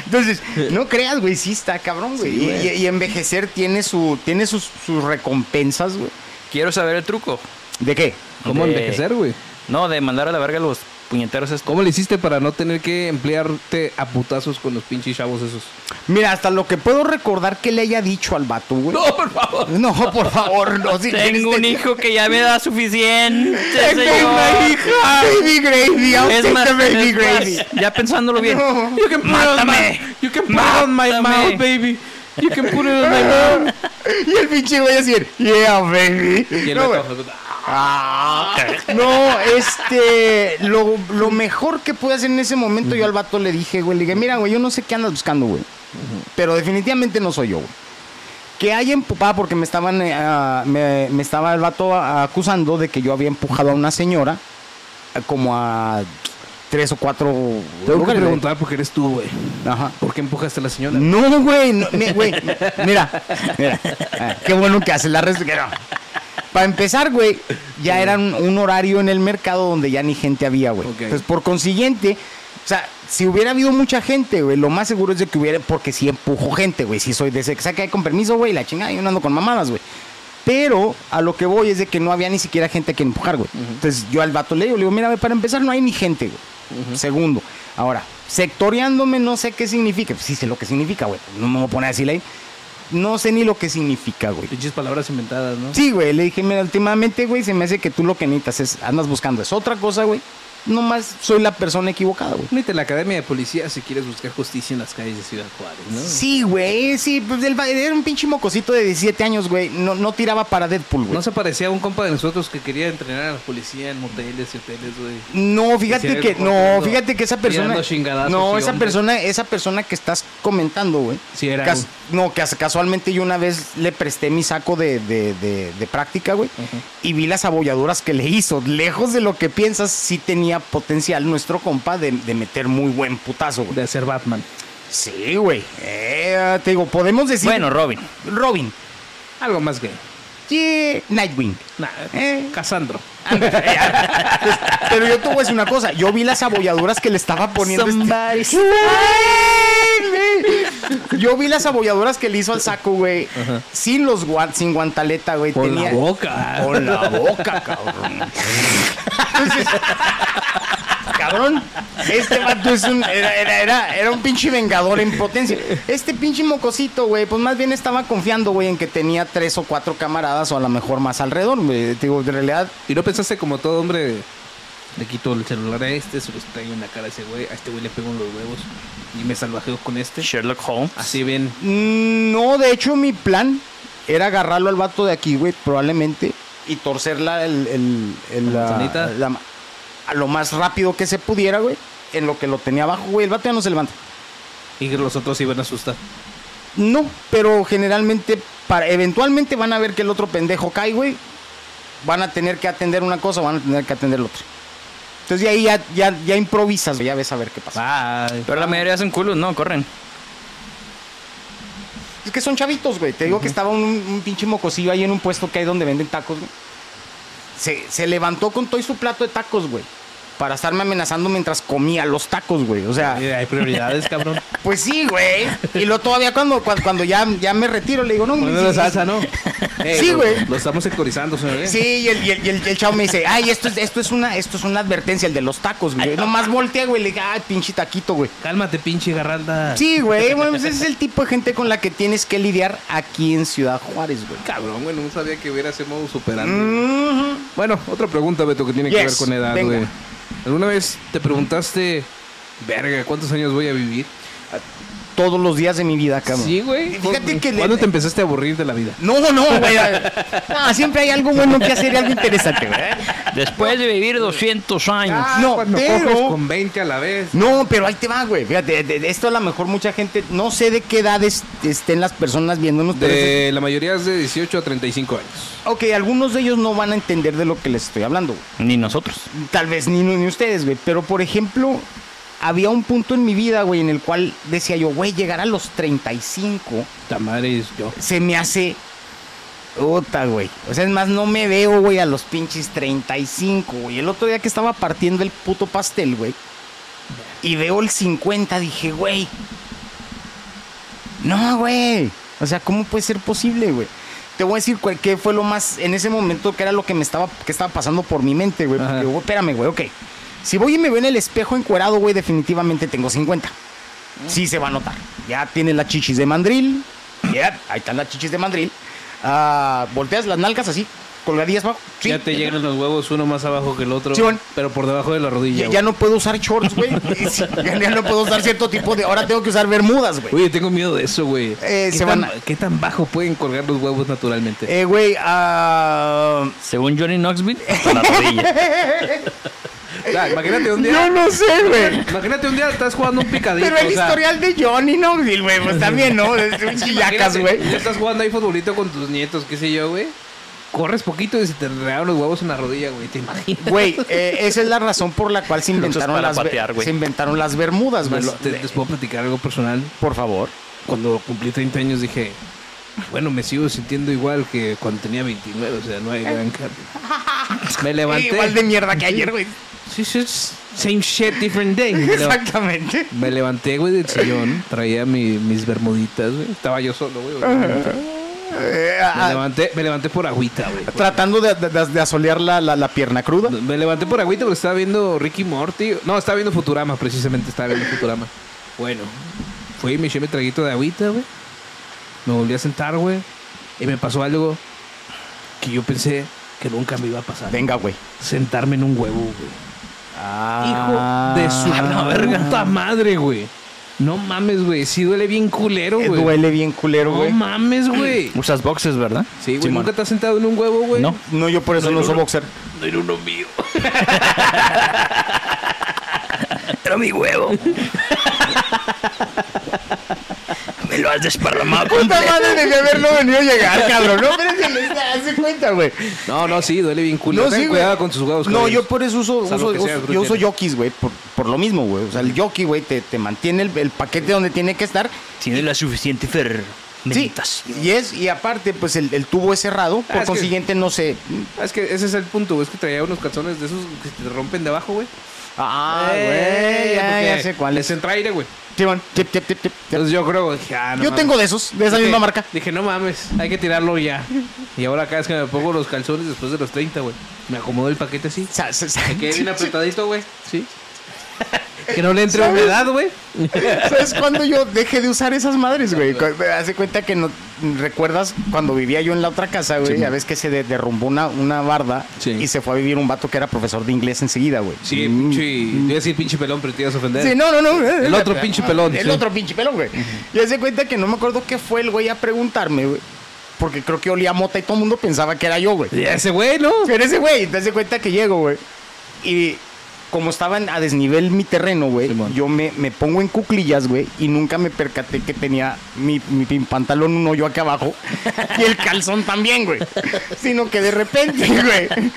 S2: Entonces, no creas, güey, sí está cabrón, güey. Y- y, y envejecer tiene su tiene sus, sus recompensas, güey.
S3: [laughs] Quiero saber el truco.
S2: ¿De qué?
S1: ¿Cómo
S3: De-
S1: envejecer, güey?
S3: No, de mandar a la verga a los puñeteros estos.
S1: ¿Cómo le hiciste para no tener que emplearte a putazos con los pinches chavos esos?
S2: Mira, hasta lo que puedo recordar que le haya dicho al vato, güey.
S1: por favor.
S2: No, por favor, no. Si tienes-
S3: Tengo
S1: este-
S3: un hijo que ya me da
S1: [laughs]
S3: suficiente,
S2: Tengo una
S3: señor.
S2: hija. Baby Gravy, I'll
S3: Es
S2: take
S3: más,
S2: the Este baby
S3: es más,
S2: gravy.
S3: ya pensándolo bien.
S2: No.
S3: You can put it on my-
S1: You can put it on my
S3: Mátame.
S1: mouth, baby. You can put it on my mouth.
S2: Y el pinche güey a decir, yeah, baby.
S1: Y el
S2: No, güey.
S1: vato, "Ah,
S2: Ah, [laughs] no, este, lo, lo mejor que pude hacer en ese momento, yo al vato le dije, güey, le dije, mira, güey, yo no sé qué andas buscando, güey. Pero definitivamente no soy yo, güey. Que haya empujado, porque me estaban, eh, ah, me, me estaba el vato ah, acusando de que yo había empujado a una señora ah, como a tres o cuatro
S1: Tengo que
S2: lugares, güey.
S1: preguntar porque eres tú, güey.
S2: Ajá.
S1: ¿Por qué empujaste a la señora?
S2: No, güey, no, mi- güey, mira, mira, ah, qué bueno que hace la restricción. Para empezar, güey, ya era un, un horario en el mercado donde ya ni gente había, güey.
S1: Ok.
S2: Entonces, por consiguiente, o sea, si hubiera habido mucha gente, güey, lo más seguro es de que hubiera, porque sí empujo gente, güey, si soy de ese, que saca con permiso, güey, la chingada, yo no ando con mamadas, güey. Pero a lo que voy es de que no había ni siquiera gente a quien empujar, güey. Entonces yo al vato le digo, le digo, mira, güey, para empezar no hay ni gente, güey. Segundo, ahora, sectoreándome no sé qué significa. Pues sí sé lo que significa, güey. No me voy a poner así, ley. No sé ni lo que significa, güey.
S1: Pinches palabras inventadas, ¿no?
S2: Sí, güey, le dije, mira, últimamente, güey, se me hace que tú lo que necesitas es, andas buscando, es otra cosa, güey. Nomás soy la persona equivocada, güey.
S1: Únete a la Academia de Policía si quieres buscar justicia en las calles de Ciudad Juárez, ¿no?
S2: Sí, güey, sí, pues el va- era un pinche mocosito de 17 años, güey. No, no tiraba para Deadpool, güey.
S1: No se parecía a un compa de nosotros que quería entrenar a la policía en moteles y hoteles, güey.
S2: No, fíjate
S1: Quisiera
S2: que no,
S1: cortando,
S2: fíjate que esa persona
S1: tirando chingadazos
S2: No,
S1: y
S2: esa
S1: hombres.
S2: persona, esa persona que estás comentando, güey.
S1: Sí, era,
S2: cas-
S1: güey.
S2: no, que as- casualmente yo una vez le presté mi saco de, de- de- de práctica, güey, y vi las abolladuras que le hizo. Lejos de lo que piensas, sí tenía potencial nuestro compa de, de meter muy buen putazo, güey.
S1: De hacer Batman.
S2: Sí, güey. Eh, te digo, podemos decir
S3: Bueno, Robin.
S2: Robin,
S1: Algo más gay.
S2: yeah, Nightwing. [laughs]
S1: Nah,
S2: Eh.
S1: Casandro.
S2: Pero yo te voy a decir una cosa, yo vi las abolladuras que le estaba poniendo este-
S3: Somebody-
S2: Yo vi las abolladuras que le hizo al saco, güey. Sin los guan- sin guantaleta, güey.
S1: Con [laughs]
S2: tenía-
S1: la boca.
S2: Con la [laughs] boca, cabrón. Entonces, cabrón, este vato es un, era, era, era, era un pinche vengador en potencia. Este pinche mocosito, güey, pues más bien estaba confiando, güey, en que tenía tres o cuatro camaradas o a lo mejor más alrededor, güey. Te Digo, de realidad,
S1: Y no pensaste como todo hombre. Le quito el celular a este, se los traigo en la cara a ese güey. A este güey le pego en los huevos y me salvajeo con este.
S3: Sherlock Holmes.
S1: Así bien.
S2: Mm, No, de hecho, mi plan era agarrarlo al vato de aquí, güey, probablemente, y torcerla el, el- el-
S1: ¿La manzanita?
S2: la ma- a lo más rápido que se pudiera, güey, en lo que lo tenía abajo, güey. El vato ya no se levanta.
S1: Y que los otros se iban a asustar.
S2: No, pero generalmente, para, eventualmente van a ver que el otro pendejo cae, güey. Van a tener que atender una cosa, van a tener que atender la otra. Entonces, de ahí ya, ya, ya improvisas, güey, ya ves a ver qué pasa.
S1: Bye.
S3: Pero la mayoría son culos, no, corren.
S2: Es que son chavitos, güey. Te digo que estaba un, un pinche mocosillo ahí en un puesto que hay donde venden tacos, güey. Se, se levantó con todo y su plato de tacos, güey. Para estarme amenazando mientras comía los tacos, güey. O sea,
S1: Hay prioridades, [laughs] cabrón.
S2: pues sí, güey. Y lo todavía cuando, cuando, cuando ya, ya me retiro, le digo, no,
S1: Ponle
S2: sí,
S1: la
S2: sí,
S1: salsa, ¿no? Ey,
S2: Sí,
S1: lo-
S2: güey.
S1: Lo estamos sectorizando, señor.
S2: Sí, y el, y el- y el- y el chavo me dice, ay, esto es, esto es una, esto es una advertencia, el de los tacos, güey. Nomás volteé, güey, le dije, ay, pinche taquito, güey.
S1: Cálmate, pinche garralda.
S2: Sí, güey, bueno, pues ese es el tipo de gente con la que tienes que lidiar aquí en Ciudad Juárez, güey.
S1: Cabrón, güey, no sabía que hubiera ese modo superando.
S2: Mhm.
S1: Bueno, otra pregunta, Beto, que tiene que ver
S2: Yes,
S1: con edad,
S2: venga.
S1: güey. ¿Alguna vez te preguntaste, verga, cuántos años voy a vivir?
S2: todos los días de mi vida, cabrón.
S1: Sí, güey.
S2: Fíjate que le-
S1: ¿Cuándo te empezaste a aburrir de la vida?
S2: No, no, güey. No, siempre hay algo bueno que hacer y algo interesante, güey.
S3: Después de vivir 200 años.
S2: Ah, no,
S1: cuando
S2: pero-
S1: coges con 20 a la vez.
S2: No, pero ahí te va, güey. Fíjate, de- de esto a lo mejor mucha gente, no sé de qué edades estén las personas viéndonos, pero es-
S1: De la mayoría es de 18 a 35 años.
S2: ok, algunos de ellos no van a entender de lo que les estoy hablando, güey.
S3: Ni nosotros.
S2: Tal vez ni, ni ustedes, güey. Pero por ejemplo, había un punto en mi vida, güey, en el cual decía yo, güey, llegar a los 35
S1: Puta madre, es yo.
S2: se me hace. Puta, güey. O sea, es más, no me veo, güey, a los pinches 35, güey. El otro día que estaba partiendo el puto pastel, güey. Y veo el 50, dije, güey. No, güey. O sea, ¿cómo puede ser posible, güey? Te voy a decir cuál, qué fue lo más en ese momento que era lo que me estaba, que estaba pasando por mi mente, güey. Porque
S1: Ajá.
S2: digo, espérame, güey, ok. Si voy y me veo en el espejo encuerado, güey, definitivamente tengo 50. Sí se va a notar. Ya tiene las chichis de mandril. Ya, ahí están las chichis de mandril. Ah, volteas las nalgas así. colgadillas abajo. Sí.
S1: ya te llegan los huevos uno más abajo que el otro,
S2: Sí, bueno.
S1: pero por debajo de la rodilla.
S2: Ya,
S1: güey.
S2: ya no puedo usar shorts,
S1: [laughs]
S2: güey. Sí, ya, ya no puedo usar cierto tipo de. Ahora tengo que usar bermudas, güey.
S1: Oye, tengo miedo de eso, güey.
S2: Eh,
S1: ¿Qué,
S2: se
S1: tan,
S2: van a-
S1: qué tan bajo pueden colgar los huevos naturalmente?
S2: Eh, güey, ah,
S3: Según Johnny Knoxville, hasta la rodilla.
S1: Ah, imagínate un
S2: Yo
S1: día.
S2: eh, no sé, güey.
S1: Imagínate un día estás jugando un picadito.
S2: Pero el
S1: o sea,
S2: historial de Johnny Knoxville, güey, pues también, ¿no? Es un chillacas,
S1: imagínate,
S2: güey.
S1: [laughs] tú Estás jugando ahí futbolito con tus nietos, qué sé yo, güey. Corres poquito y se te enredaron los huevos en la rodilla, güey. ¿Te imaginas?
S2: Güey, eh, esa es la razón por la cual se
S3: Eso es
S2: inventaron,
S3: para
S2: las, be-
S3: patear, güey.
S2: se inventaron las bermudas, güey.
S1: Más, Pues te- les puedo platicar algo personal.
S2: Por favor.
S1: Cuando cumplí 30 años dije, bueno, me sigo sintiendo igual que cuando tenía 29, o sea, no hay gran cambio.
S2: [laughs]
S1: Me levanté.
S2: Igual de mierda que ayer, güey.
S1: Sí, sí, es same shit, different day. Me levanté.
S2: Exactamente.
S1: Me levanté, güey, del sillón. Traía mi- mis bermuditas, güey. Estaba yo solo, güey. Me
S2: Eh, ah,
S1: levanté, me levanté por agüita, güey.
S2: tratando de, de- de asolear la, la- la pierna cruda.
S1: Me levanté por agüita porque estaba viendo Ricky Morty. No, estaba viendo Futurama, precisamente estaba viendo Futurama. Bueno, fui y me eché mi traguito de agüita, güey. Me volví a sentar, güey. Y me pasó algo que yo pensé que nunca me iba a pasar.
S2: Venga, güey.
S1: Sentarme en un huevo, güey. Hijo
S2: Ah.
S1: de su puta verga, puta madre, güey. No mames, güey. Sí duele bien culero,
S2: Eh,
S1: güey.
S2: Duele bien culero,
S1: No
S2: güey.
S1: mames, güey.
S3: Usas boxes, ¿verdad?
S1: Sí, güey.
S3: Simón.
S1: ¿Nunca te has sentado en un huevo, güey?
S3: No.
S2: No, yo por eso no, uso boxer.
S3: No era uno mío. [laughs] era mi huevo. Me lo has desparramado
S2: Puta madre, debí haberlo venido a llegar, cabrón. No, pero se le hace cuenta, güey.
S1: No, no, sí, duele bien culero. Ten
S2: sí, güey.
S1: cuidado con sus huevos.
S2: No,
S1: cabrones.
S2: yo por eso uso,
S1: Salvo
S2: uso-
S1: que seas
S2: uso- yo
S1: Bruce
S2: uso
S1: Jenner.
S2: yokis, güey, por, por lo mismo, güey. O sea, el yoki, güey, te, te mantiene el, el paquete donde tiene que estar.
S3: Tiene la suficiente
S2: Sí,
S3: fermentación.
S2: y es, y aparte, pues el, el tubo es cerrado,
S1: Ah,
S2: por
S1: es que-
S2: consiguiente no se...
S1: Ah, Es que ese es el punto, güey. Es que traía unos calzones de esos que te rompen de abajo, güey.
S2: Ah, güey, ya, ya
S1: porque
S2: sé cuál
S1: les
S2: es.
S1: entra aire, güey.
S2: Sí, bueno, tip, tip, tip, tip, tip.
S1: Entonces yo creo, dije, ah, no
S2: Yo
S1: mames.
S2: tengo de esos, de esa
S1: Dije-
S2: misma marca.
S1: Dije, no mames, hay que tirarlo ya. Y ahora cada vez que me pongo los calzones después de los 30, güey. Me acomodo el paquete así.
S2: Sa- sa- sa-
S1: Que quede bien apretadito, güey. Sí. que no le entre humedad, güey.
S2: [laughs] ¿Sabes cuándo yo dejé de usar esas madres, güey? Cu- Hace cuenta que no. ¿Recuerdas cuando vivía yo en la otra casa, güey? Ya ves que se de- derrumbó una, una barda
S1: Sí.
S2: y se fue a vivir un vato que era profesor de inglés enseguida, güey.
S1: Sí,
S2: Mm.
S1: pinche. Yo iba a decir pinche pelón, pero te ibas a ofender.
S2: Sí, no, no, no. eh,
S1: El
S2: eh,
S1: otro
S2: eh,
S1: pinche
S2: ah,
S1: pelón,
S2: El
S1: sí.
S2: otro pinche pelón, güey. Y hace cuenta que no me acuerdo qué fue el güey a preguntarme, güey. Porque creo que olía a mota y todo el mundo pensaba que era yo, güey.
S1: Y Ese güey, ¿no?
S2: [laughs] Pero ese güey, te das cuenta que llego, güey. Y como estaba en- a desnivel mi terreno, güey,
S1: Simón.
S2: yo me, me pongo en cuclillas, güey, y nunca me percaté que tenía mi, mi, mi pantalón un hoyo acá
S3: [laughs]
S2: abajo y el calzón también, güey. Sino que de repente, [laughs] güey,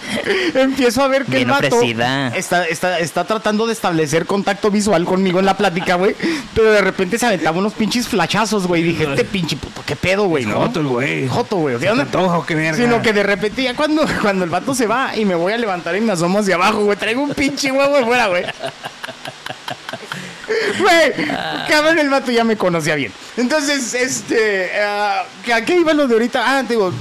S2: empiezo a ver que el
S3: Bien
S2: vato
S3: ofrecida.
S2: está, está, está tratando de establecer contacto visual conmigo en la plática, güey, pero de repente se aventaba unos pinches flachazos, güey, y dije, este pinche puto, qué pedo, güey, ¿no?
S1: Joto el güey.
S2: Joto, güey. o sea,
S1: Se te
S2: ¿dónde-
S1: antoja o qué verga?
S2: Sino que de repente ya cuando, [laughs] cuando el vato se va y me voy a levantar y me asomo hacia abajo, güey. Traigo un pinche huevo de fuera, güey. Güey, cabrón, el vato ya me conocía bien. Entonces, este... ah, ¿A qué iba lo de ahorita? Ah, digo...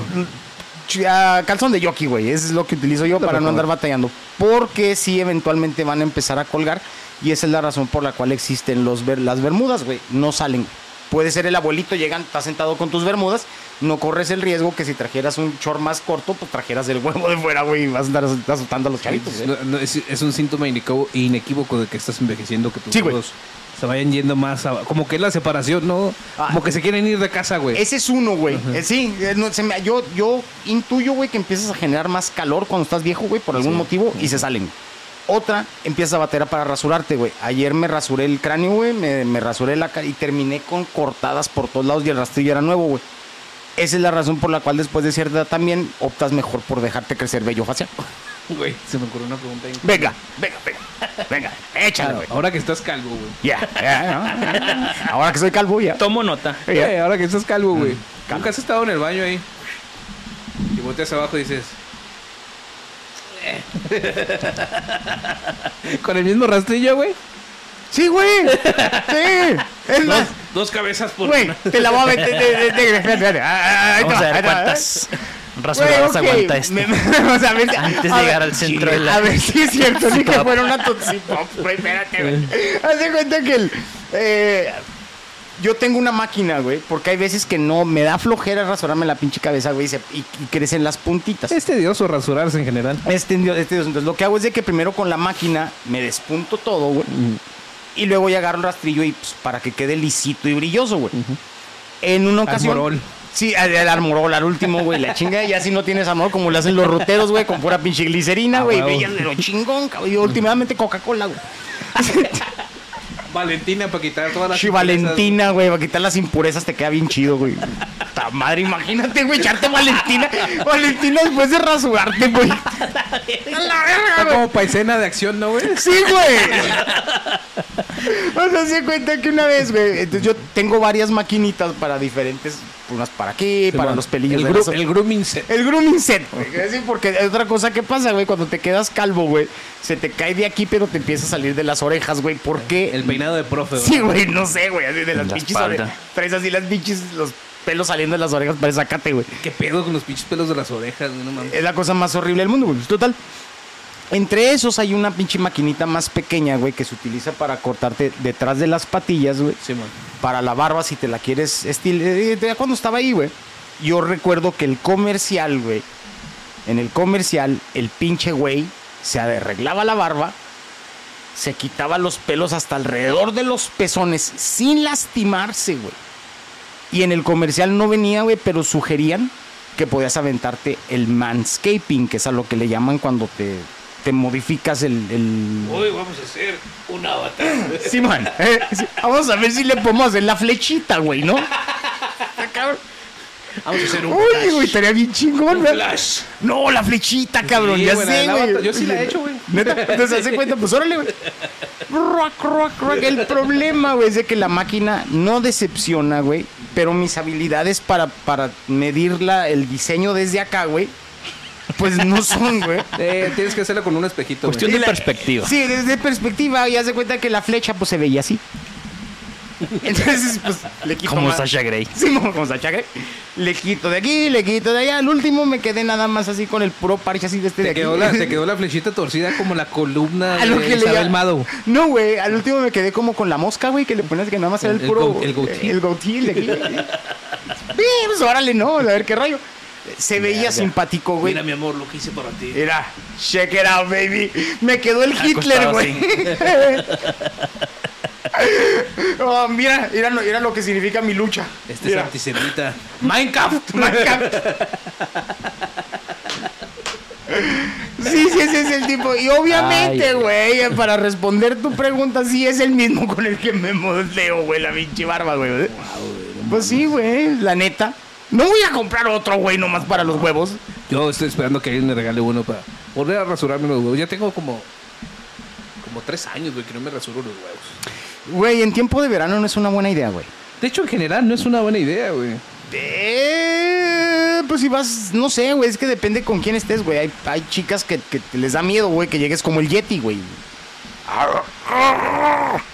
S2: ch- ah, calzón de yoki, güey. Es lo que utilizo yo para no andar batallando. Porque sí, eventualmente van a empezar a colgar. Y esa es la razón por la cual existen los ber- las bermudas, güey. No salen. Puede ser el abuelito, llegan, estás sentado con tus bermudas. No corres el riesgo que si trajeras un short más corto, pues trajeras el huevo de fuera, güey. Y vas a andar asustando a los chavitos, güey.
S1: No, no, es, es un síntoma ineco- inequívoco de que estás envejeciendo, que tus
S2: Sí, güey.
S1: hijos se vayan yendo más a- Como que es la separación, ¿no?
S2: Ah.
S1: Como que se quieren ir de casa, güey.
S2: Ese es uno, güey. Eh, sí, eh, no, se me- yo, yo intuyo, güey, que empiezas a generar más calor cuando estás viejo, güey, por algún motivo, y se salen. Otra, empiezas a batear para rasurarte, güey. Ayer me rasuré el cráneo, güey, me, me rasuré la cara y terminé con cortadas por todos lados y el rastrillo era nuevo, güey. Esa es la razón por la cual después de cierta edad también optas mejor por dejarte crecer vello facial.
S1: Güey, se me ocurrió una pregunta. bien-
S2: Venga, venga, venga, venga, échale, güey.
S1: Ahora que estás calvo, güey.
S2: Ya, ya, ya. ahora que soy calvo, ya.
S3: Tomo nota.
S2: Ya. Ah.
S1: Eh, ahora que estás calvo, güey. Nunca has estado en el baño ahí. Y volteas abajo y dices. "Eh". [laughs] Con el mismo rastrillo, güey.
S2: Sí, güey. Sí. Es más,
S1: Dos cabezas por
S2: Güey, te la voy a meter. De, de, de- espérate, espérate. Ah, ahí te va,
S3: Vamos a
S2: ahí
S3: ver
S2: te va.
S3: cuántas
S2: Güey,
S3: rasuradas
S2: ok,
S3: aguanta este.
S2: me- [laughs] me- vamos a ver si-
S3: Antes de
S2: a ver-
S3: llegar al centro de la-
S2: A ver si es cierto, ni que
S3: Pop. [laughs]
S2: fuera una Tootsie Pop, güey, espérate, güey. Haz de cuenta que el. eh, yo tengo una máquina, güey, porque hay veces que no me da flojera rasurarme la pinche cabeza, güey, y, se- y- y crecen las puntitas.
S1: Es tedioso rasurarse en general.
S2: Este, endio- este, entonces lo que hago es de que primero con la máquina me despunto todo, güey. Y luego ya agarro el rastrillo y pues, para que quede lisito y brilloso, güey. En una ocasión.
S1: Armorol.
S2: Sí, al, al armorol, al último, güey, la chinga. Y así no tienes amor como le hacen los ruteros, güey, con pura pinche glicerina,
S1: Ah,
S2: güey.
S1: huevo.
S2: brillan de lo chingón, cabrón. Y últimamente Coca-Cola, güey.
S1: Valentina para quitar todas
S2: Sí, Valentina, güey, para quitar las impurezas te queda bien chido, güey. Ta madre, imagínate, güey, echarte Valentina. Valentina después de rasurarte, güey. A la verga,
S1: Está
S2: güey.
S1: como paisena de acción, ¿no, güey?
S2: Sí, güey. O sea, se cuenta que una vez, güey. Entonces yo tengo varias maquinitas para diferentes. Unas para aquí, para los pelillos.
S1: El,
S2: de
S1: gru-
S2: las-
S1: el grooming set.
S2: el grooming set, güey. Sí, porque es otra cosa que pasa, güey. Cuando te quedas calvo, güey, se te cae de aquí, pero te empieza a salir de las orejas, güey. ¿Por qué?
S1: El peinado de profe, güey.
S2: Sí, güey, no sé, güey. Así de las
S3: La
S2: pinches
S3: espalda.
S2: orejas. Traes así las pinches, los pelos saliendo de las orejas para sacate, güey.
S1: ¿Qué pedo con los pinches pelos de las orejas, güey? No mames.
S2: Es la cosa más horrible del mundo, güey. Total. Entre esos hay una pinche maquinita más pequeña, güey, que se utiliza para cortarte detrás de las patillas, güey.
S1: Sí, man.
S2: Para la barba si te la quieres estil... eh, Ya cuando estaba ahí, güey. Yo recuerdo que el comercial, güey. En el comercial, el pinche güey se arreglaba la barba. Se quitaba los pelos hasta alrededor de los pezones sin lastimarse, güey. Y en el comercial no venía, güey, pero sugerían que podías aventarte el manscaping, que es a lo que le llaman cuando te, te modificas el... el...
S1: vamos a hacer un avatar.
S2: Sí, man. [laughs] Eh, sí. Vamos a ver si le podemos hacer la flechita, güey, ¿no? Ah, cabrón.
S1: Vamos a hacer un
S2: Uy, güey, estaría bien chingón, güey.
S1: flash.
S2: No, la flechita, cabrón,
S1: Sí,
S2: ya
S1: güey,
S2: sé,
S1: la
S2: güey.
S1: avatar- yo sí la he hecho, güey.
S2: [laughs] Neta, entonces hace cuenta, pues órale, güey. Ruac, ruac, ruac. El problema, güey, es de que la máquina no decepciona, güey. Pero mis habilidades para, para medir la- el diseño desde acá, güey, pues no son,
S1: [laughs]
S2: güey.
S1: Eh, tienes que hacerlo con un espejito,
S3: Cuestión
S1: güey.
S3: de perspectiva.
S2: Sí, desde perspectiva, y haz de cuenta que la flecha, pues se veía
S1: [laughs]
S2: así. Entonces, pues le quito
S3: Como
S2: más-
S3: Sasha Grey.
S2: Sí, mo- como Sacha Grey. Le quito de aquí, le quito de allá. Al último me quedé nada más así con el puro parche así de este de
S1: Te
S2: aquí.
S1: quedó, la, te quedó la flechita torcida como la columna
S2: [laughs] A lo
S1: de
S2: que le
S1: Isabel
S2: llama-
S1: Mado.
S2: No, güey. Al último me quedé como con la mosca, güey, que le pones que nada más era el
S1: El- el
S2: puro.
S1: gau- el gautí.
S2: El gautí de aquí.
S1: [laughs]
S2: Sí, pues órale, no, a ver qué rayo. Se veía simpático, güey.
S1: mi amor, lo que hice para ti.
S2: Mira, check it out, baby. Me quedó el Hitler,
S3: Acostado
S2: güey.
S3: [laughs]
S2: Oh, mira, mira, lo- mira lo que significa mi lucha.
S1: Este
S2: Mira.
S1: es antisemita. Minecraft.
S2: [laughs] Sí, sí, ese es el tipo. Y obviamente,
S3: Ay,
S2: güey, para responder tu pregunta, sí es el mismo con el que me moldeo, güey, la pinche barba, güey. pues sí, güey, la neta. No voy a comprar otro, güey, nomás para los huevos.
S1: Yo estoy esperando que alguien me regale uno para volver a rasurarme los huevos. Ya tengo como como tres años, güey, que no me rasuro los huevos.
S2: Güey, en tiempo de verano no es una buena idea, güey.
S1: De hecho, en general, no es una buena idea, güey.
S2: Eh, pues si vas, no sé, güey, es que depende con quién estés, güey. Hay, hay chicas que, que les da miedo, güey, que llegues como el Yeti, güey.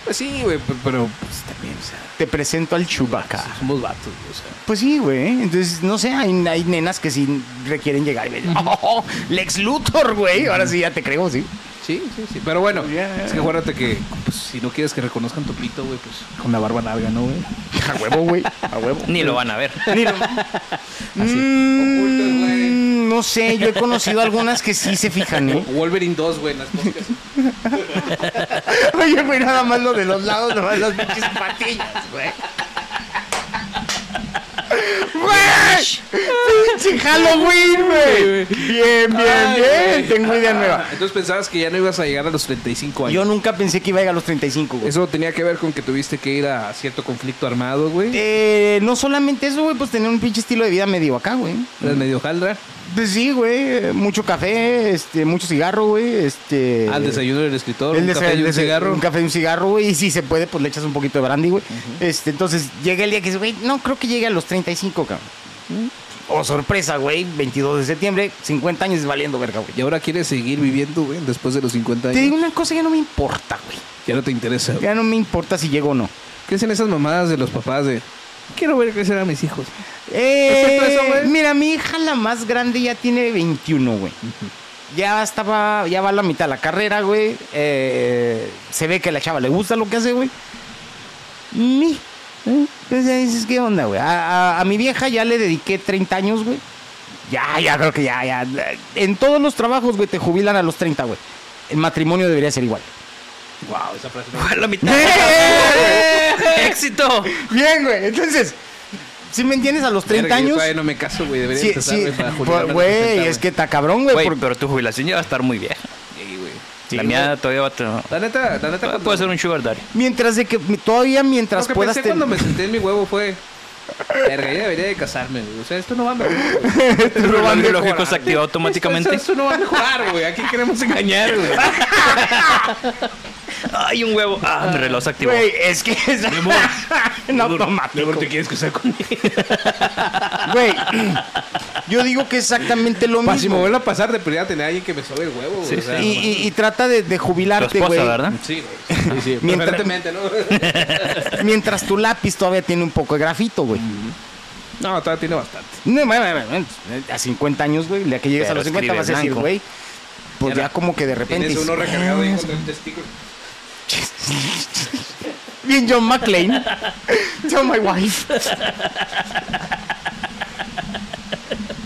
S1: Pues sí, güey, pe- pero pues, también, o sea,
S2: Te presento al Chewbacca.
S1: somos vatos, güey, o sea.
S2: Pues sí, güey. Entonces, no sé, hay, hay nenas que sí requieren llegar y me dicen, "Oh, Lex Luthor, güey. Ahora sí ya te creo, sí.
S1: Sí, sí, sí. Pero bueno,
S2: Ya, ya,
S1: es
S2: ya.
S1: que acuérdate que pues, si no quieres que reconozcan tu pito, güey, pues con la barba larga, ¿no, güey?
S2: A huevo, güey. A huevo.
S3: Ni lo van a
S1: [laughs]
S3: ver.
S2: Ni lo-
S1: Ocultas, güey.
S2: Mm, no sé, yo he conocido algunas que sí se fijan, ¿eh?
S1: Wolverine 2, güey, en las moscas.
S2: Oye, güey, nada más lo de los lados, nomás las pinches patillas, güey. ¡Güey! ¡Pinche Halloween, güey! [laughs] Bien, bien,
S1: Ay,
S2: bien.
S1: güey.
S2: Tengo idea nueva.
S1: [laughs] Entonces pensabas que ya no ibas a llegar a los 35 años.
S2: Yo nunca pensé que iba a llegar a los 35, güey.
S1: Eso tenía que ver con que tuviste que ir a cierto conflicto armado, güey.
S2: Eh, no solamente eso, güey, pues tener un pinche estilo de vida medio acá, güey.
S1: Eras medio jaldra.
S2: Pues sí, güey, mucho café, este, mucho cigarro, güey, este...
S1: Al desayuno del escritor,
S2: el
S1: un
S2: desa-
S1: café y un
S2: desa-
S1: cigarro.
S2: Un café y un cigarro, güey, y si se puede, pues le echas un poquito de brandy, güey. Este, entonces, llega el día que dices, güey, no, creo que llegue a los 35, cabrón. O sorpresa, güey, 22 de septiembre, 50 años valiendo verga, güey.
S1: Y ahora quieres seguir viviendo, güey, después de los 50
S2: Te
S1: años.
S2: digo una cosa, ya no me importa, güey.
S1: Ya no te interesa. güey.
S2: Ya no me importa si llego o no.
S1: ¿Qué hacen esas mamadas de los papás de... Quiero ver crecer a mis hijos.
S2: Eh,
S1: Respecto a eso, güey.
S2: mira, mi hija la más grande ya tiene 21, güey. Ya estaba, ya va a la mitad de la carrera, güey. Eh, se ve que a la chava le gusta lo que hace, güey. Mi Entonces ya dices, ¿qué onda, güey? A, a- a mi vieja ya le dediqué 30 años, güey. Ya, ya, creo que ya, ya. En todos los trabajos, güey, te jubilan a los 30, güey. El matrimonio debería ser
S1: [laughs]
S2: igual.
S1: Wow, esa frase no.
S3: la [laughs] mitad. ¡Éxito!
S2: Bien, güey. Entonces, si me entiendes, a los 30
S1: Verga, yo
S2: años...
S1: todavía no me caso, güey. Debería
S2: Sí,
S1: empezar,
S2: sí,
S1: güey, para jubilarme a
S2: por-
S1: los
S2: Güey,
S1: 60,
S2: es que está cabrón, güey.
S3: Güey,
S2: porque-
S3: pero tu jubilación ya va a estar muy vieja.
S1: Sí, güey.
S3: la mía todavía va a tener...
S1: La neta, la neta.
S3: Todavía
S1: cuando-
S3: Puede ser un sugar daddy.
S2: Mientras de que... Todavía
S1: Lo
S2: mientras
S1: que
S2: puedas...
S1: pensé
S2: ten-
S1: cuando
S2: [laughs]
S1: me senté en mi huevo fue. Verga, ya debería de casarme, güey. O sea, esto no va a mejorar. güey.
S3: [laughs] El reloj
S2: van a
S3: biológico se
S2: [laughs]
S3: activa
S1: Esto,
S3: automáticamente.
S1: esto no va a mejorar, güey. Aquí queremos
S3: [laughs]
S1: engañar, güey.
S3: ¡Ay, un huevo! ¡Ah, mi reloj se activó!
S2: Güey, es que es... [laughs] en automático.
S1: te quieres casar conmigo.
S2: Güey, [clears throat] yo digo que es exactamente lo
S1: Para si me
S2: mismo.
S1: vuelve a pasar, de prioridad tener a alguien que me sobe el huevo, güey.
S3: Sí,
S1: o sea,
S2: Y, y- y trata de, de
S3: Tu
S2: jubilarte, güey.
S3: esposa, ¿verdad?
S1: Sí, güey. Sí, sí.
S2: Mientras-
S1: preferentemente,
S2: [laughs]
S1: ¿no?
S2: Mientras tu lápiz todavía tiene un poco de grafito, güey.
S1: [laughs] Mm. no, todavía tiene bastante.
S2: No, bueno, bueno, bueno, A 50 años, güey, ya que llegues
S3: Pero
S2: a los 50
S3: escribe
S2: vas a decir,
S3: blanco.
S2: güey, pues
S1: Ya
S2: ya como que de repente...
S1: Tienes uno
S2: dices,
S1: recargado
S3: Ah,
S1: ahí contra el testículo.
S2: [laughs] Bien John
S1: [laughs]
S2: McClane. Tell my wife.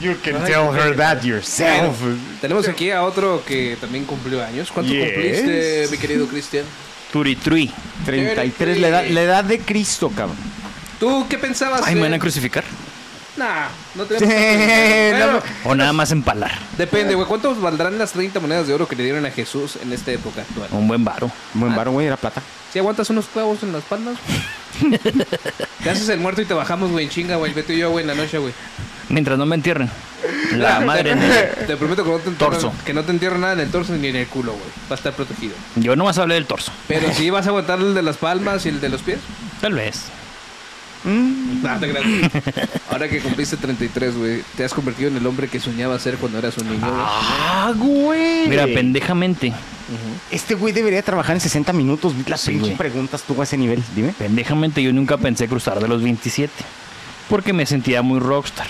S2: You can tell her that yourself.
S1: Tenemos aquí a otro que también cumplió años. ¿Cuánto
S2: Yes.
S1: cumpliste, mi querido Cristian?
S3: Turitri.
S2: 33, la edad, la edad de Cristo, cabrón.
S1: ¿Tú qué pensabas?
S3: Ay, me van a
S1: eh?
S3: crucificar.
S1: Nah,
S2: [laughs]
S1: no tenemos.
S2: No,
S1: Bueno,
S3: O nada más empalar.
S1: Depende, güey. ¿Cuántos valdrán las 30 monedas de oro que le dieron a Jesús en esta época actual?
S3: Un buen varo.
S2: Buen varón, güey, era plata.
S1: Si aguantas unos clavos en
S3: [laughs]
S1: las palmas, te haces el muerto y te bajamos, güey, en chinga, güey. Vete yo, güey, en la noche, güey.
S3: Mientras no me entierren.
S2: [laughs]
S3: La madre. en el-
S1: [laughs] Te prometo que no te entierro,
S3: Torso.
S1: que no te entierro nada en el torso ni en el culo, güey. Va a estar protegido.
S3: Yo nomás hablé del torso.
S1: Pero si vas a aguantar el de las palmas y el de los pies, [laughs]
S3: Tal vez.
S2: Mm,
S1: nada, te creas. Ahora que cumpliste 33, güey, te has convertido en el hombre que soñaba ser cuando eras un niño. güey.
S2: Ah, güey.
S3: Mira, pendejamente.
S2: Este güey debería trabajar en 60 minutos. Las
S3: Sí,
S2: pinches
S3: güey.
S2: preguntas tú a ese nivel, dime.
S3: Pendejamente yo nunca pensé cruzar de los 27. Porque me sentía
S2: [laughs]
S3: muy rockstar.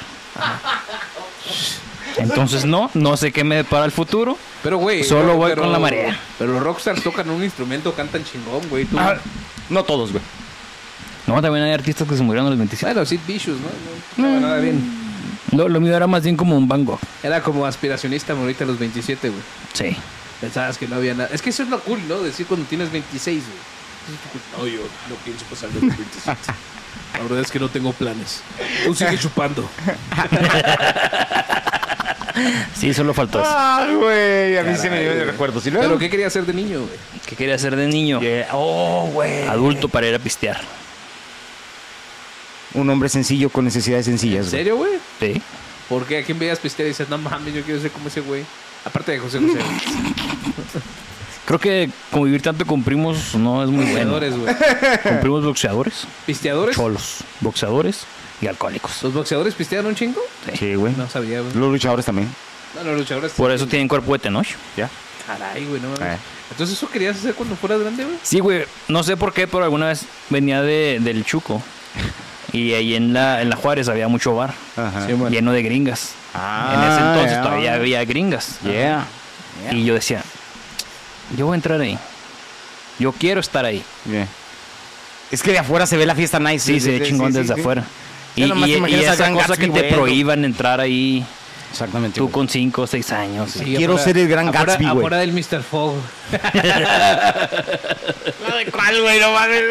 S3: Entonces no, no sé qué me depara el futuro.
S1: Pero, güey.
S3: Solo
S1: no,
S3: voy
S1: pero-
S3: con la marea.
S1: Pero los rockstars tocan un instrumento, cantan chingón, güey. Tú.
S2: Ah, no todos, güey.
S3: No, también hay artistas que se murieron a los 27.
S1: Bueno, Sid Vicious, ¿no? No, no, nada bien.
S3: Lo, lo mío era más bien como un Van Gogh.
S1: Era como aspiracionista ahorita a los 27, güey.
S3: Sí.
S1: Pensabas que no había nada. Es que eso es lo cool, ¿no? Decir cuando tienes 26, güey. No, yo no pienso pasar de los 27. La verdad es que no tengo planes. Tú sigue chupando.
S3: Sí, solo faltó eso.
S2: Ah, güey. A mí se me
S1: Caray,
S2: dio de
S1: güey.
S2: recuerdos. ¿Y luego?
S1: ¿Pero qué quería hacer de niño, güey?
S3: ¿Qué quería hacer de niño?
S2: Yeah. Oh, güey.
S3: Adulto para ir a pistear.
S2: Un hombre sencillo con necesidades
S1: ¿En
S2: sencillas, güey.
S1: serio, güey?
S3: Sí.
S1: Porque a quién veías pistear y dices, no mames, yo quiero ser como ese güey. Aparte de José José. güey.
S3: Creo que convivir tanto con primos no es muy bueno.
S1: Boxeadores, güey.
S3: Con primos boxeadores,
S1: ¿Pisteadores?
S3: cholos, boxeadores y alcohólicos.
S1: ¿Los boxeadores pistean un chingo?
S2: Sí, güey.
S1: No sabía, güey.
S2: Los luchadores también.
S1: No, los luchadores.
S3: Mm. Por eso tienen cuerpo de tenoch.
S2: ¿Ya?
S1: Caray, güey, no mames.
S2: Eh.
S1: Entonces, ¿eso querías hacer cuando fueras grande, güey?
S3: Sí, güey. No sé por qué, pero alguna vez venía de, del Chuco. Y ahí en la, en la Juárez había mucho bar.
S2: Ajá.
S1: Sí, bueno.
S3: Lleno de gringas.
S2: Ah,
S3: en ese entonces
S2: ya.
S3: todavía había gringas.
S2: Yeah.
S3: Y yo decía, yo voy a entrar ahí. Yo quiero estar ahí.
S2: Yeah. Es que de afuera se ve la fiesta nice.
S3: Sí, se ve chingón
S2: sí,
S3: desde
S2: sí.
S3: afuera. Y,
S2: Ya nomás
S3: y-
S2: te imaginas
S3: y
S2: a
S3: esa
S2: Gran
S3: cosa
S2: Gatsby,
S3: que te
S2: güey, ¿no?
S3: prohíban entrar ahí,
S2: Exactamente.
S3: tú
S2: güey.
S3: con 5 o 6 años.
S1: Sí,
S2: Quiero
S1: afuera-
S2: ser el gran
S1: afuera-
S2: Gatsby, güey.
S1: Afuera del Mr. [laughs] Fogg.
S2: ¿Cuál, güey? No mames.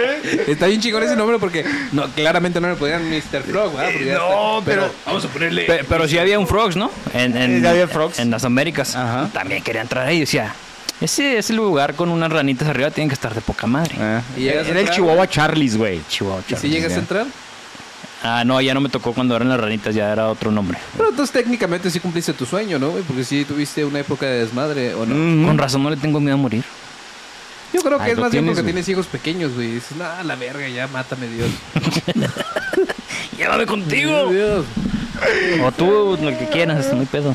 S1: Está bien chingón ese nombre porque no, claramente no le podían Mr. Frog, ¿verdad? Porque ya
S2: No,
S1: está-
S2: pero-
S1: Vamos a ponerle.
S3: Pe- Pero sí había un Frogs, ¿no? En, en-
S2: Sí, había Frogs.
S3: en las Américas.
S2: Ajá.
S3: También quería entrar ahí. Decía, ese, ese lugar con unas ranitas arriba tienen que estar de poca madre.
S1: Y llegas
S2: Ah. Era el
S1: atrás,
S2: Chihuahua Charlies, güey.
S3: Chihuahua,
S1: ¿Y
S3: Charlie.
S1: si llegas
S2: ya.
S1: a entrar?
S3: Ah, no, ya no me tocó cuando eran las ranitas, ya era otro nombre.
S1: Pero entonces técnicamente sí cumpliste tu sueño, ¿no? güey? Porque sí tuviste una época de desmadre, ¿o no?
S3: Con razón no le tengo miedo a morir.
S1: Yo creo que
S2: Mm. Ay,
S1: es
S2: lo
S1: más bien
S2: tienes,
S1: porque
S2: güey.
S1: tienes hijos pequeños, güey. Dices, nah, la verga, ya mátame, Dios.
S3: Llévame contigo.
S1: Dios.
S3: O tú, lo que quieras, no hay pedo.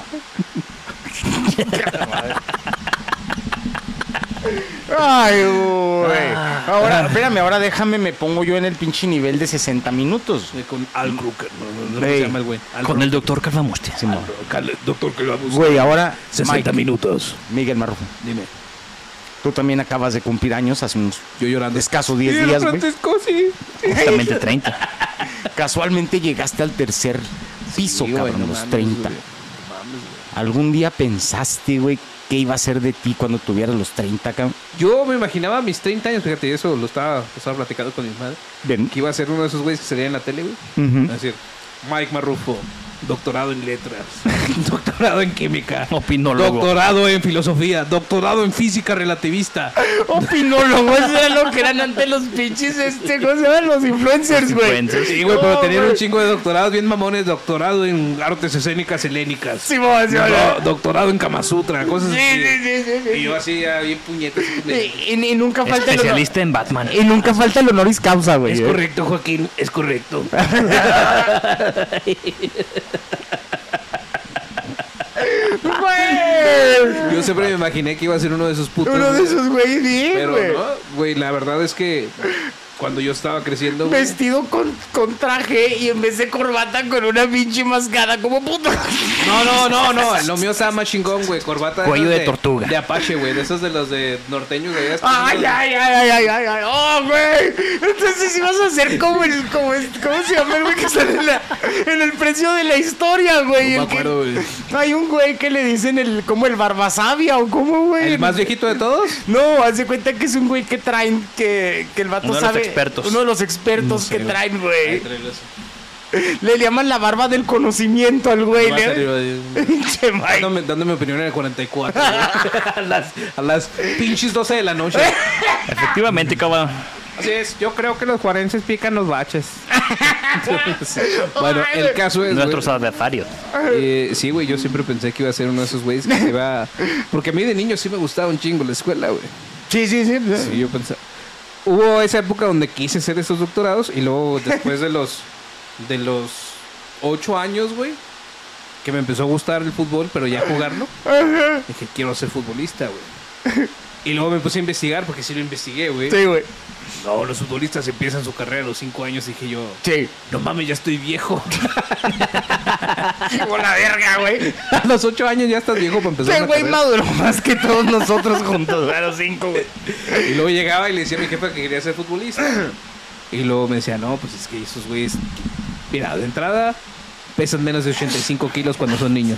S2: Ay, güey.
S1: Ah.
S2: Ahora, espérame, ahora déjame, me pongo yo en el pinche nivel de 60 minutos.
S1: Güey, Eh, Con Al Crooker, ¿no? no, no, ¿Cómo
S2: Ey.
S1: se llama el güey? Al
S3: Con el doctor Calvamostia.
S1: Crooker. Al- Doctor, que vamos.
S2: Güey, ahora.
S1: 60
S2: Mike,
S1: minutos.
S2: Miguel Marrufo.
S1: Dime.
S2: Tú también acabas de cumplir años hace unos
S1: Yo llorando.
S2: escasos
S1: Sí,
S2: 10
S1: don
S2: días, güey.
S1: Francisco, sí.
S2: [laughs]
S3: Exactamente 30.
S2: Casualmente llegaste al tercer piso,
S1: Sí, güey,
S2: cabrón,
S1: no
S2: los
S1: mames,
S2: 30.
S1: güey.
S2: ¿Algún día pensaste, güey, qué iba a ser de ti cuando tuvieras los 30, cabrón?
S1: Yo me imaginaba a mis 30 años, fíjate, eso lo estaba, lo estaba platicando con mi madre,
S2: Bien.
S1: que iba a ser uno de esos güeyes que salía en la tele, güey. Es [laughs]
S2: Ujú.
S1: decir, Mike Marrufo, doctorado en
S2: [laughs]
S1: letras, doctorado en química,
S3: Opinólogo.
S1: doctorado en filosofía, doctorado en física relativista.
S2: Opinólogo, eso era lo que eran antes los pinches, este, ¿cómo se llaman? Los influencers, güey.
S3: Influencers.
S1: Sí, güey, pero
S2: No,
S1: tenían un
S2: güey.
S1: chingo de doctorados bien mamones, doctorado en artes escénicas helénicas.
S2: Sí, vamos, sí,
S1: Do-
S2: vamos.
S1: doctorado en Kama Sutra, cosas
S2: Sí,
S1: así.
S2: sí, sí, sí, sí.
S1: eh, Y yo así, ya bien puñetas. así con el-
S2: Y, y- y nunca falta el honor-
S3: Especialista en Batman.
S2: y nunca falta el honoris causa, güey.
S1: Es
S2: ¿eh? [laughs]
S1: correcto, Joaquín, es correcto.
S2: Güey.
S1: Yo siempre me imaginé que iba a ser uno de esos putos.
S2: Uno de
S1: güey.
S2: esos güeyes bien,
S1: Pero
S2: güey.
S1: no, güey, la verdad es que cuando yo estaba creciendo, güey,
S2: Vestido con, con traje y en vez de corbata con una pinche mascada como puto.
S1: No, no, no, no. Lo mío estaba más chingón, güey. Corbata.
S3: Cuello
S1: esas
S3: de tortuga.
S1: De Apache, güey. De esos de los de norteños, güey. esas
S2: [laughs] Ay,
S1: cosas,
S2: ay, ay, ay, ay, ay, ay. Oh, güey. Entonces ibas a ser como el, como el- ¿cómo se llama el güey que sale en, la- en el precio de la historia, güey?
S1: No me
S2: El que-
S1: acuerdo, güey.
S2: hay un güey que le dicen el, como el barbasavia o cómo, güey.
S1: ¿El más viejito de todos?
S2: No, haz de cuenta que es un güey que traen, que, que el vato
S3: Uno de los
S2: sabe.
S3: expertos.
S2: Uno de los expertos
S1: No sé,
S2: que
S1: Mm, güey.
S2: traen, güey. Le llaman la barba del conocimiento al güey,
S1: Más
S2: ¿eh?
S1: arriba de-
S2: [laughs] Pinche Mike.
S1: Dándome, dándome opinión en el 44. güey. [laughs] a, las, a las pinches 12 de
S2: [laughs]
S1: la noche.
S3: Efectivamente, cabrón.
S1: Así es. Yo creo que los cuarenses pican los baches. bueno, el caso
S2: Pues,
S1: es. güey,
S3: Nuestros adversarios.
S1: Eh, sí, güey, yo siempre pensé que iba a ser uno de esos
S2: [laughs]
S1: güeyes que se iba. Porque a mí de niño sí me gustaba un chingo la escuela, güey.
S2: Sí, sí, sí.
S1: Sí, yo pensaba. Hubo esa época donde quise hacer esos doctorados y
S2: [laughs]
S1: luego después de los de los ocho años, güey, que me empezó a gustar el fútbol, pero ya jugarlo, dije quiero ser futbolista, güey. Y luego me puse a investigar porque sí lo investigué, güey.
S2: Sí, güey.
S1: No, los futbolistas empiezan su carrera a los cinco años, dije yo.
S2: Sí.
S1: No mames, ya
S2: [laughs]
S1: estoy viejo. [laughs]
S2: Con la verga, güey.
S1: a los ocho años ya estás viejo para empezar.
S2: Ese
S1: una
S2: güey
S1: carrera.
S2: maduró más que todos nosotros
S1: [laughs]
S2: juntos, a los cinco, güey.
S1: Y luego llegaba y le decía a mi jefa que quería ser futbolista. Y luego me decía, no, pues es que esos güeyes, mira, de entrada pesan menos de 85 kilos cuando son niños.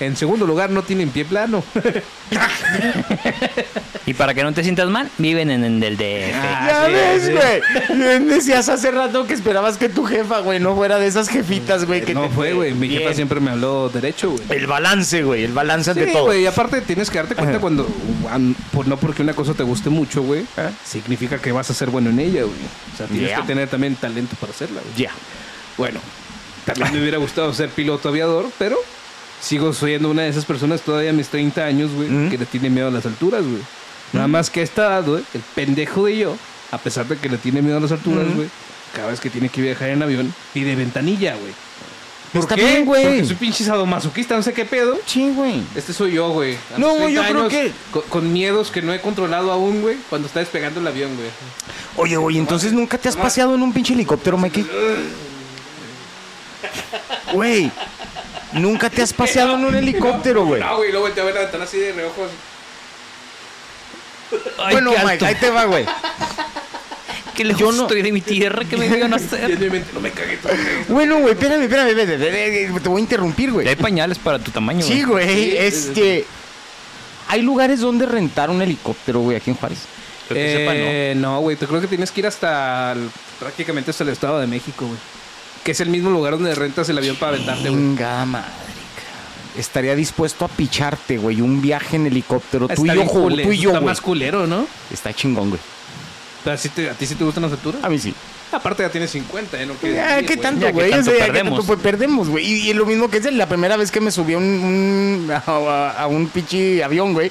S1: En segundo lugar, no tienen pie plano.
S3: Y para que no te sientas mal, viven en en el DF.
S2: [laughs] ya
S1: sí,
S2: ves,
S1: sí.
S2: güey. Bien Decías hace rato que esperabas que tu jefa, güey, no fuera de esas jefitas, güey. que
S1: Eh, No
S2: te-
S1: fue, güey. Mi jefa
S2: Bien.
S1: siempre me habló derecho, güey.
S2: El balance, güey. El balance de
S1: Sí,
S2: todo.
S1: güey. Y aparte tienes que darte cuenta
S2: Ajá.
S1: cuando, um, por no porque una cosa te guste mucho, güey,
S2: Ah.
S1: significa que vas a ser bueno en ella, güey. O sea, tienes
S2: Yeah.
S1: que tener también talento para hacerla, güey.
S2: Ya.
S1: Bueno, también me hubiera gustado ser piloto aviador, pero sigo siendo una de esas personas todavía a mis 30 años, güey,
S2: Mm.
S1: que le tiene miedo a las alturas, güey. Nada más que a esta edad, güey, el pendejo de yo, a pesar de que le tiene miedo a las alturas,
S2: Mm.
S1: güey, cada vez que tiene que viajar en avión, pide ventanilla, güey. ¿Por
S2: Está
S1: qué?
S2: bien, güey.
S1: Porque soy pinche sadomasoquista, no sé qué pedo.
S2: Sí, güey.
S1: Este soy yo, güey. a
S2: No,
S1: mis 30
S2: yo creo
S1: años,
S2: que-
S1: Con, con miedos que no he controlado aún, güey, cuando está despegando el avión, güey.
S2: Oye, güey, entonces nunca te has paseado en un pinche helicóptero, Mikey. Güey, nunca te has paseado en un helicóptero, güey.
S1: No, Ah, güey, luego volteo a ver la ventana así de reojo. así.
S2: Bueno, Mike, ahí te va, güey.
S3: que le
S2: yo no-
S3: estoy de mi tierra que me iban a
S1: Y
S3: hacer.
S1: en
S3: [laughs]
S1: mi mente, no me cagué todo.
S2: Bueno, güey, espérame, espérame, espérame, espérame, te voy a interrumpir,
S3: Y Hay
S2: güey.
S3: pañales para tu tamaño.
S2: Sí,
S1: Sí, sí,
S2: güey,
S1: sí.
S2: este... Hay lugares donde rentar un helicóptero, güey, aquí en Juárez.
S3: Creo que sepa,
S1: Eh, no, güey, te creo que tienes que ir hasta el- prácticamente hasta el Estado de México, güey. Que es el mismo lugar donde rentas el avión para aventarte, güey.
S2: Venga, madre. cabrón. Estaría dispuesto a picharte, güey, un viaje en helicóptero. Tú
S1: Está
S2: y yo,
S1: bien
S2: güey,
S1: culero,
S2: tú y yo,
S1: Está
S2: güey.
S1: más culero, ¿no?
S2: Está chingón, güey.
S1: Pero así te- ¿A ti sí te gustan las alturas?
S2: A mí sí.
S1: Aparte ya tienes 50, ¿eh? No quieres
S2: Ya,
S1: vivir,
S2: ¿qué
S1: güey.
S2: tanto,
S3: Ya, ¿qué
S2: güey? O
S3: tanto
S2: sea, ya, ¿qué
S3: perdemos?
S2: tanto? Pues perdemos, güey. Y, y lo mismo que es la primera vez que me subí a un, un- a, a- a un pinche avión, güey.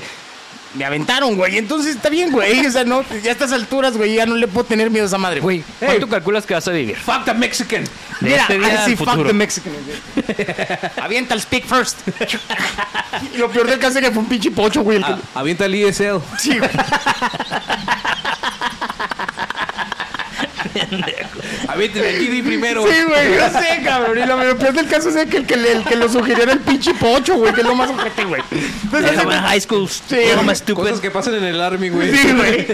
S2: Me aventaron, güey. Entonces está bien, güey. O sea, no, ya a estas alturas, güey, ya no le puedo tener miedo a esa madre, güey.
S3: ¿Cuánto calculas que vas a vivir?
S1: ¡Fuck the Mexican!
S3: De
S2: Mira,
S3: este día
S2: I see
S3: al
S2: fuck
S3: futuro.
S2: the Mexican. Avienta el speak first. y lo peor del caso es que fue un pinche pocho, güey. el que-
S1: Ah, avienta el ESL.
S2: Sí, güey.
S1: A ver, te aquí di primero.
S4: Sí, güey, yo sé, cabrón. Y lo peor del caso es que el que, le- el que lo sugirió era el pinche pocho, güey, que es lo más ojete, güey. Entonces,
S3: Era más high school. Era más
S1: Cosas
S3: estúpido.
S1: que pasan en el army, güey.
S4: Sí,
S2: [laughs]
S4: güey.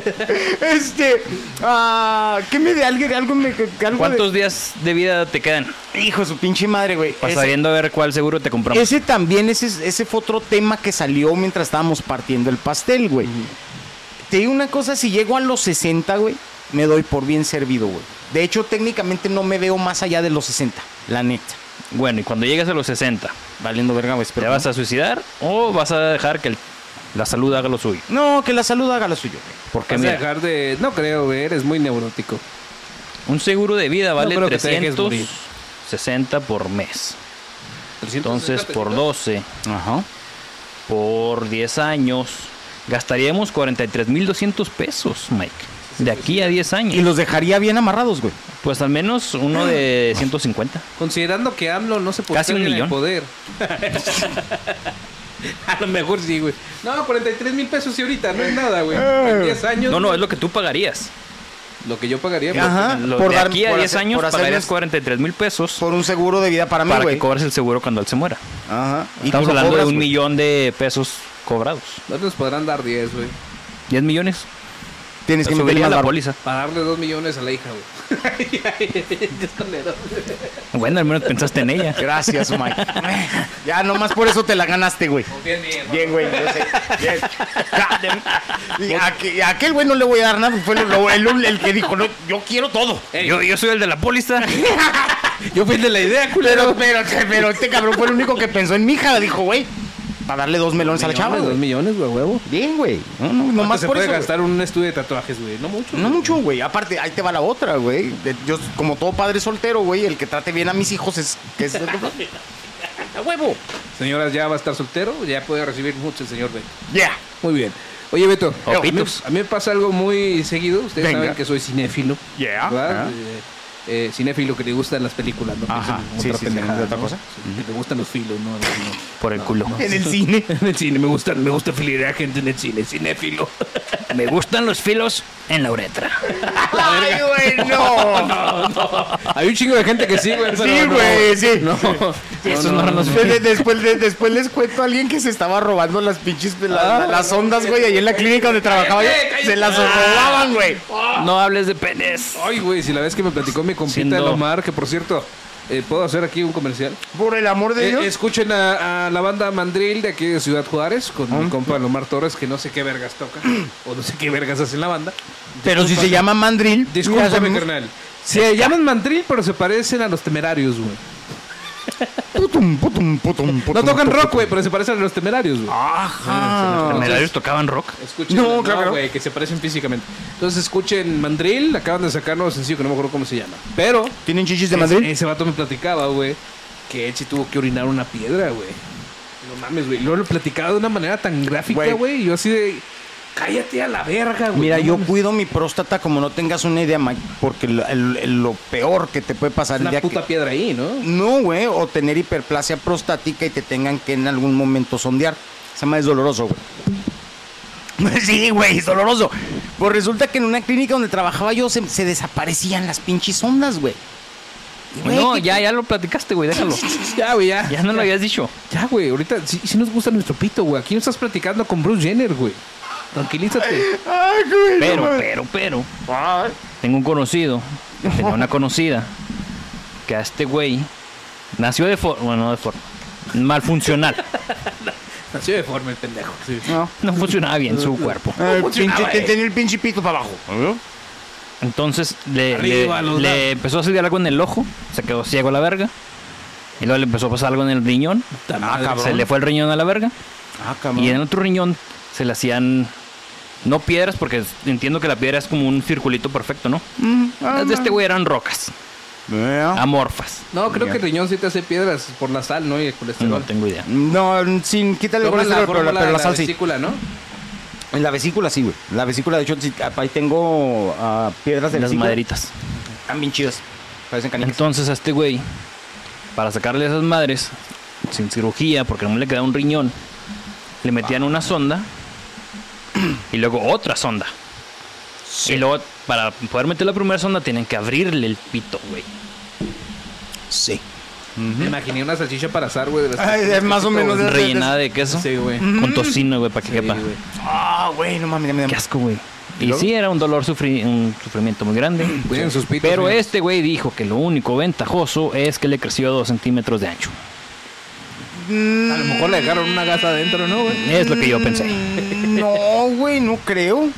S4: Este. ah, ¿Qué me de alguien? Algo me. que- que Algo
S3: ¿Cuántos días de vida te quedan?
S2: Hijo de su pinche madre, güey.
S3: Para
S2: Ese-
S3: sabiendo a ver cuál seguro te compramos.
S2: Ese también, ese, ese fue otro tema que salió mientras estábamos partiendo el pastel, güey. Te digo una cosa, si llego a los 60, güey, me doy por bien servido, güey. De hecho, técnicamente no me veo más allá de los 60, la neta.
S3: Bueno, y cuando llegues a los 60,
S2: Valiendo verga, güey.
S3: ¿te
S2: espero
S3: vas
S2: no.
S3: a suicidar o vas a dejar que el- la salud haga lo suyo?
S2: No, que la salud haga lo suyo, güey.
S3: Porque
S1: Vas a
S3: mira,
S1: dejar de. No creo, güey. Eres muy neurótico.
S3: un seguro de vida vale
S1: creo que te dejes morir.
S3: 360 por mes. Entonces, por
S1: 2
S3: 12,
S2: Ajá.
S3: por 10 años, gastaríamos 43.200 pesos, Mike. De aquí a 10
S2: Y
S3: años.
S2: los dejaría bien amarrados, güey.
S3: Pues al menos uno de 150.
S1: Considerando que AMLO no se
S3: Casi un
S1: posterga en el
S3: millón.
S1: poder. A lo mejor sí, güey. No, 43 mil pesos y ahorita no es nada, güey. En 10 años.
S3: No, no,
S1: güey,
S3: es lo que tú pagarías.
S1: lo que yo pagaría. pues, güey.
S2: Ajá.
S3: Lo-
S2: Ah, por
S3: de
S2: dar-
S3: aquí a
S2: por
S3: 10
S2: hacer-
S3: años
S2: por hacerles-
S3: pagarías 43 mil pesos
S2: Por un seguro de vida para mí,
S3: para que
S2: güey.
S3: cobres el seguro cuando él se muera.
S2: Ajá. Y
S3: Estamos
S2: tú lo
S3: hablando
S2: cobras, pues.
S3: de un
S2: güey.
S3: millón de pesos cobrados.
S1: No nos podrán dar 10, güey.
S3: 10 millones.
S2: Tienes que meterle
S3: Subiría
S2: más
S3: la
S2: barba.
S3: póliza.
S1: Para darle 2 millones a la hija, güey.
S3: Bueno, al menos pensaste
S2: [laughs]
S3: en ella.
S2: Gracias, Mike.
S3: [laughs]
S2: ya, nomás por eso te la ganaste, güey. Bien, güey, yo sé. Bien. Ya, de- y a, que- a aquel güey no le voy a dar nada, fue lo- lo- el, el que dijo, no, yo quiero todo.
S3: Yo, yo soy el de la póliza.
S2: [laughs]
S1: Yo fui de la idea,
S2: Pero, pero, pero este cabrón fue el único que pensó en mi hija, dijo, güey, para darle dos melones Pues, a la chava.
S1: 2
S2: güey.
S1: millones, güey, a huevo.
S2: Bien, güey. No, no,
S1: ¿Cuánto
S2: nomás
S1: se
S2: por
S1: puede
S2: eso. güey.
S1: gastar en un estudio de tatuajes, güey. No mucho.
S2: No
S1: güey.
S2: mucho, güey. Aparte, ahí te va la otra, güey. De- Yo, como todo padre soltero, güey, el que trate bien a mis hijos es... Que es ¡A huevo!
S1: Señoras, ya va a estar soltero. Ya puede recibir mucho el señor, güey.
S2: Yeah.
S1: Muy bien. Oye, Beto,
S3: O
S1: a mí,
S3: pitos.
S1: a mí me pasa algo muy seguido. Ustedes
S2: Venga.
S1: saben que soy cinéfilo.
S2: Yeah.
S1: ¿verdad?
S2: Ah.
S1: Eh, eh, cinéfilo que le gustan las películas, ¿no?
S2: Ajá.
S1: Que son
S2: Sí,
S1: otra
S2: sí, sí,
S1: pendejada,
S2: de otra
S1: ¿no?
S2: cosa.
S1: Sí, Que le gustan los filos, ¿no? No, no.
S3: Por el culo.
S2: En el cine.
S1: [laughs] En el cine, me gusta, me gusta filerear gente en el cine, cinéfilo.
S3: Me gustan los filos en la uretra.
S2: ¡Ay,
S1: [laughs]
S2: güey, no!
S1: Hay un chingo de gente que [laughs] sí, güey.
S2: Sí, güey, sí.
S3: Esos no eran los
S2: Después, de- después, de- después les cuento a alguien que se estaba robando las pinches la-
S1: Ah.
S2: las ondas, güey, ahí en la clínica donde trabajaba yo. Se las robaban, güey.
S1: Ah.
S3: No hables de penes.
S1: [laughs] Ay, güey, si la vez que me platicó mi compita
S3: Siendo-
S1: el Omar, que por cierto, eh, ¿puedo hacer aquí un comercial?
S2: Por el amor de
S1: Eh,
S2: Dios.
S1: escuchen a, a la banda Mandril de aquí de Ciudad Juárez con mi compa Lomar Torres, que no sé qué vergas toca o no sé qué vergas hace en la banda.
S2: Pero si se llama mandril.
S1: Discúlpame, carnal. Se llaman Mandril, pero se parecen a los temerarios, güey.
S2: Putum, putum, putum,
S1: No
S2: putum,
S1: tocan
S2: putum. Ah,
S1: rock, güey, pero se parecen a los temerarios, güey.
S2: Ajá.
S3: Temerarios tocaban rock.
S1: Ah, Escuchen,
S2: No, claro que no.
S1: güey, que se parecen físicamente. Entonces escuchen Mandril, acaban de sacar nuevo sencillo que no me acuerdo cómo se llama. Pero
S2: ¿Tienen chichis de
S1: ese-
S2: mandril?
S1: ese vato me platicaba, güey, que Echi tuvo que orinar una piedra, güey. No mames, güey. Luego lo platicaba de una manera tan gráfica,
S2: Güey.
S1: güey. y Yo así de, cállate a la verga, güey.
S2: Mira,
S1: No
S2: yo
S1: mames.
S2: cuido mi próstata como no tengas una idea, Mike, porque lo, el- el- lo peor que te puede pasar el
S1: Una
S2: día
S1: puta
S2: que...
S1: piedra ahí, ¿no?
S2: No, güey, o tener hiperplasia prostática y te tengan que en algún momento sondear. Se llama es doloroso, güey. [laughs] Sí, güey, es doloroso. Pues resulta que en una clínica donde trabajaba yo se, se desaparecían las pinches ondas, güey. Y, güey,
S3: No,
S2: ¿qué-
S3: ya, ya lo platicaste, güey. Déjalo.
S1: [laughs] Ya, güey, ya.
S3: Ya no lo habías
S1: [laughs]
S3: dicho.
S1: Ya, güey, ahorita sí, sí nos gusta nuestro pito, güey. Aquí no estás platicando con Bruce Jenner, güey.
S2: [laughs]
S1: Tranquilízate.
S2: Ay, güey, no
S3: Pero,
S2: mames.
S3: pero, pero.
S2: Ay.
S3: Tengo un conocido. Tengo una conocida. Que a este güey nació de forma. Bueno, no de forma. Mal funcional.
S1: Así deforme el pendejo. Sí.
S2: No.
S3: [laughs] No funcionaba bien su cuerpo.
S2: Ay,
S1: funcionaba,
S2: pinche-
S1: eh.
S2: tenía el pinche pito para abajo. ¿Eh?
S3: Entonces le,
S1: Arriba,
S3: le-
S1: los
S3: le
S1: lados.
S3: empezó a salir algo en el ojo, se quedó ciego a la verga. Y luego le empezó a pasar algo en el riñón.
S1: madre,
S3: Se le fue el riñón a la verga.
S2: Ah,
S3: Y en el otro riñón se le hacían. No piedras, porque entiendo que la piedra es como un circulito perfecto, ¿no?
S2: Ah,
S3: Las de este güey eran rocas,
S2: Mm, Vea.
S3: amorfas.
S1: No, creo
S2: Ya.
S1: que el riñón sí te hace piedras por la sal, ¿no? Y el colesterol.
S3: No tengo idea.
S2: No, sin quítale el
S1: Toma
S2: colesterol, pero,
S1: fórmula
S2: la- pero
S1: de
S2: la sal sí.
S1: vesícula, ¿no?
S2: En la vesícula sí, güey. La vesícula, de hecho, sí, ahí tengo ah, piedras de
S3: Las
S2: vesícula.
S3: maderitas.
S2: Están bien chidas. Parecen canicas.
S3: Entonces a este güey, para sacarle esas madres, sin cirugía, porque no le quedaba un riñón, le metían una sonda y luego otra sonda. Y luego, para poder meter la primera sonda, tienen que abrirle el pito, güey.
S2: Sí.
S1: Me imaginé una salchicha para azar, güey. de
S2: Ah,
S1: las-
S4: Ay, es más o menos de-
S3: Rellenada de queso.
S1: Sí, güey.
S3: Con tocino, güey, para que
S1: Sí,
S3: quepa.
S1: güey.
S2: Ah, güey, no mames, ya me da-
S3: Qué asco, güey. Em, Y
S1: luego?
S3: sí, era un dolor, sufri- un sufrimiento muy grande.
S1: Cuiden sus pitos,
S3: Pero
S1: señores.
S3: este güey dijo que lo único ventajoso es que le creció dos centímetros de ancho.
S1: A lo mejor le dejaron una gasa adentro, ¿no, güey?
S3: Es lo que yo pensé.
S2: Mm, No, güey, no creo.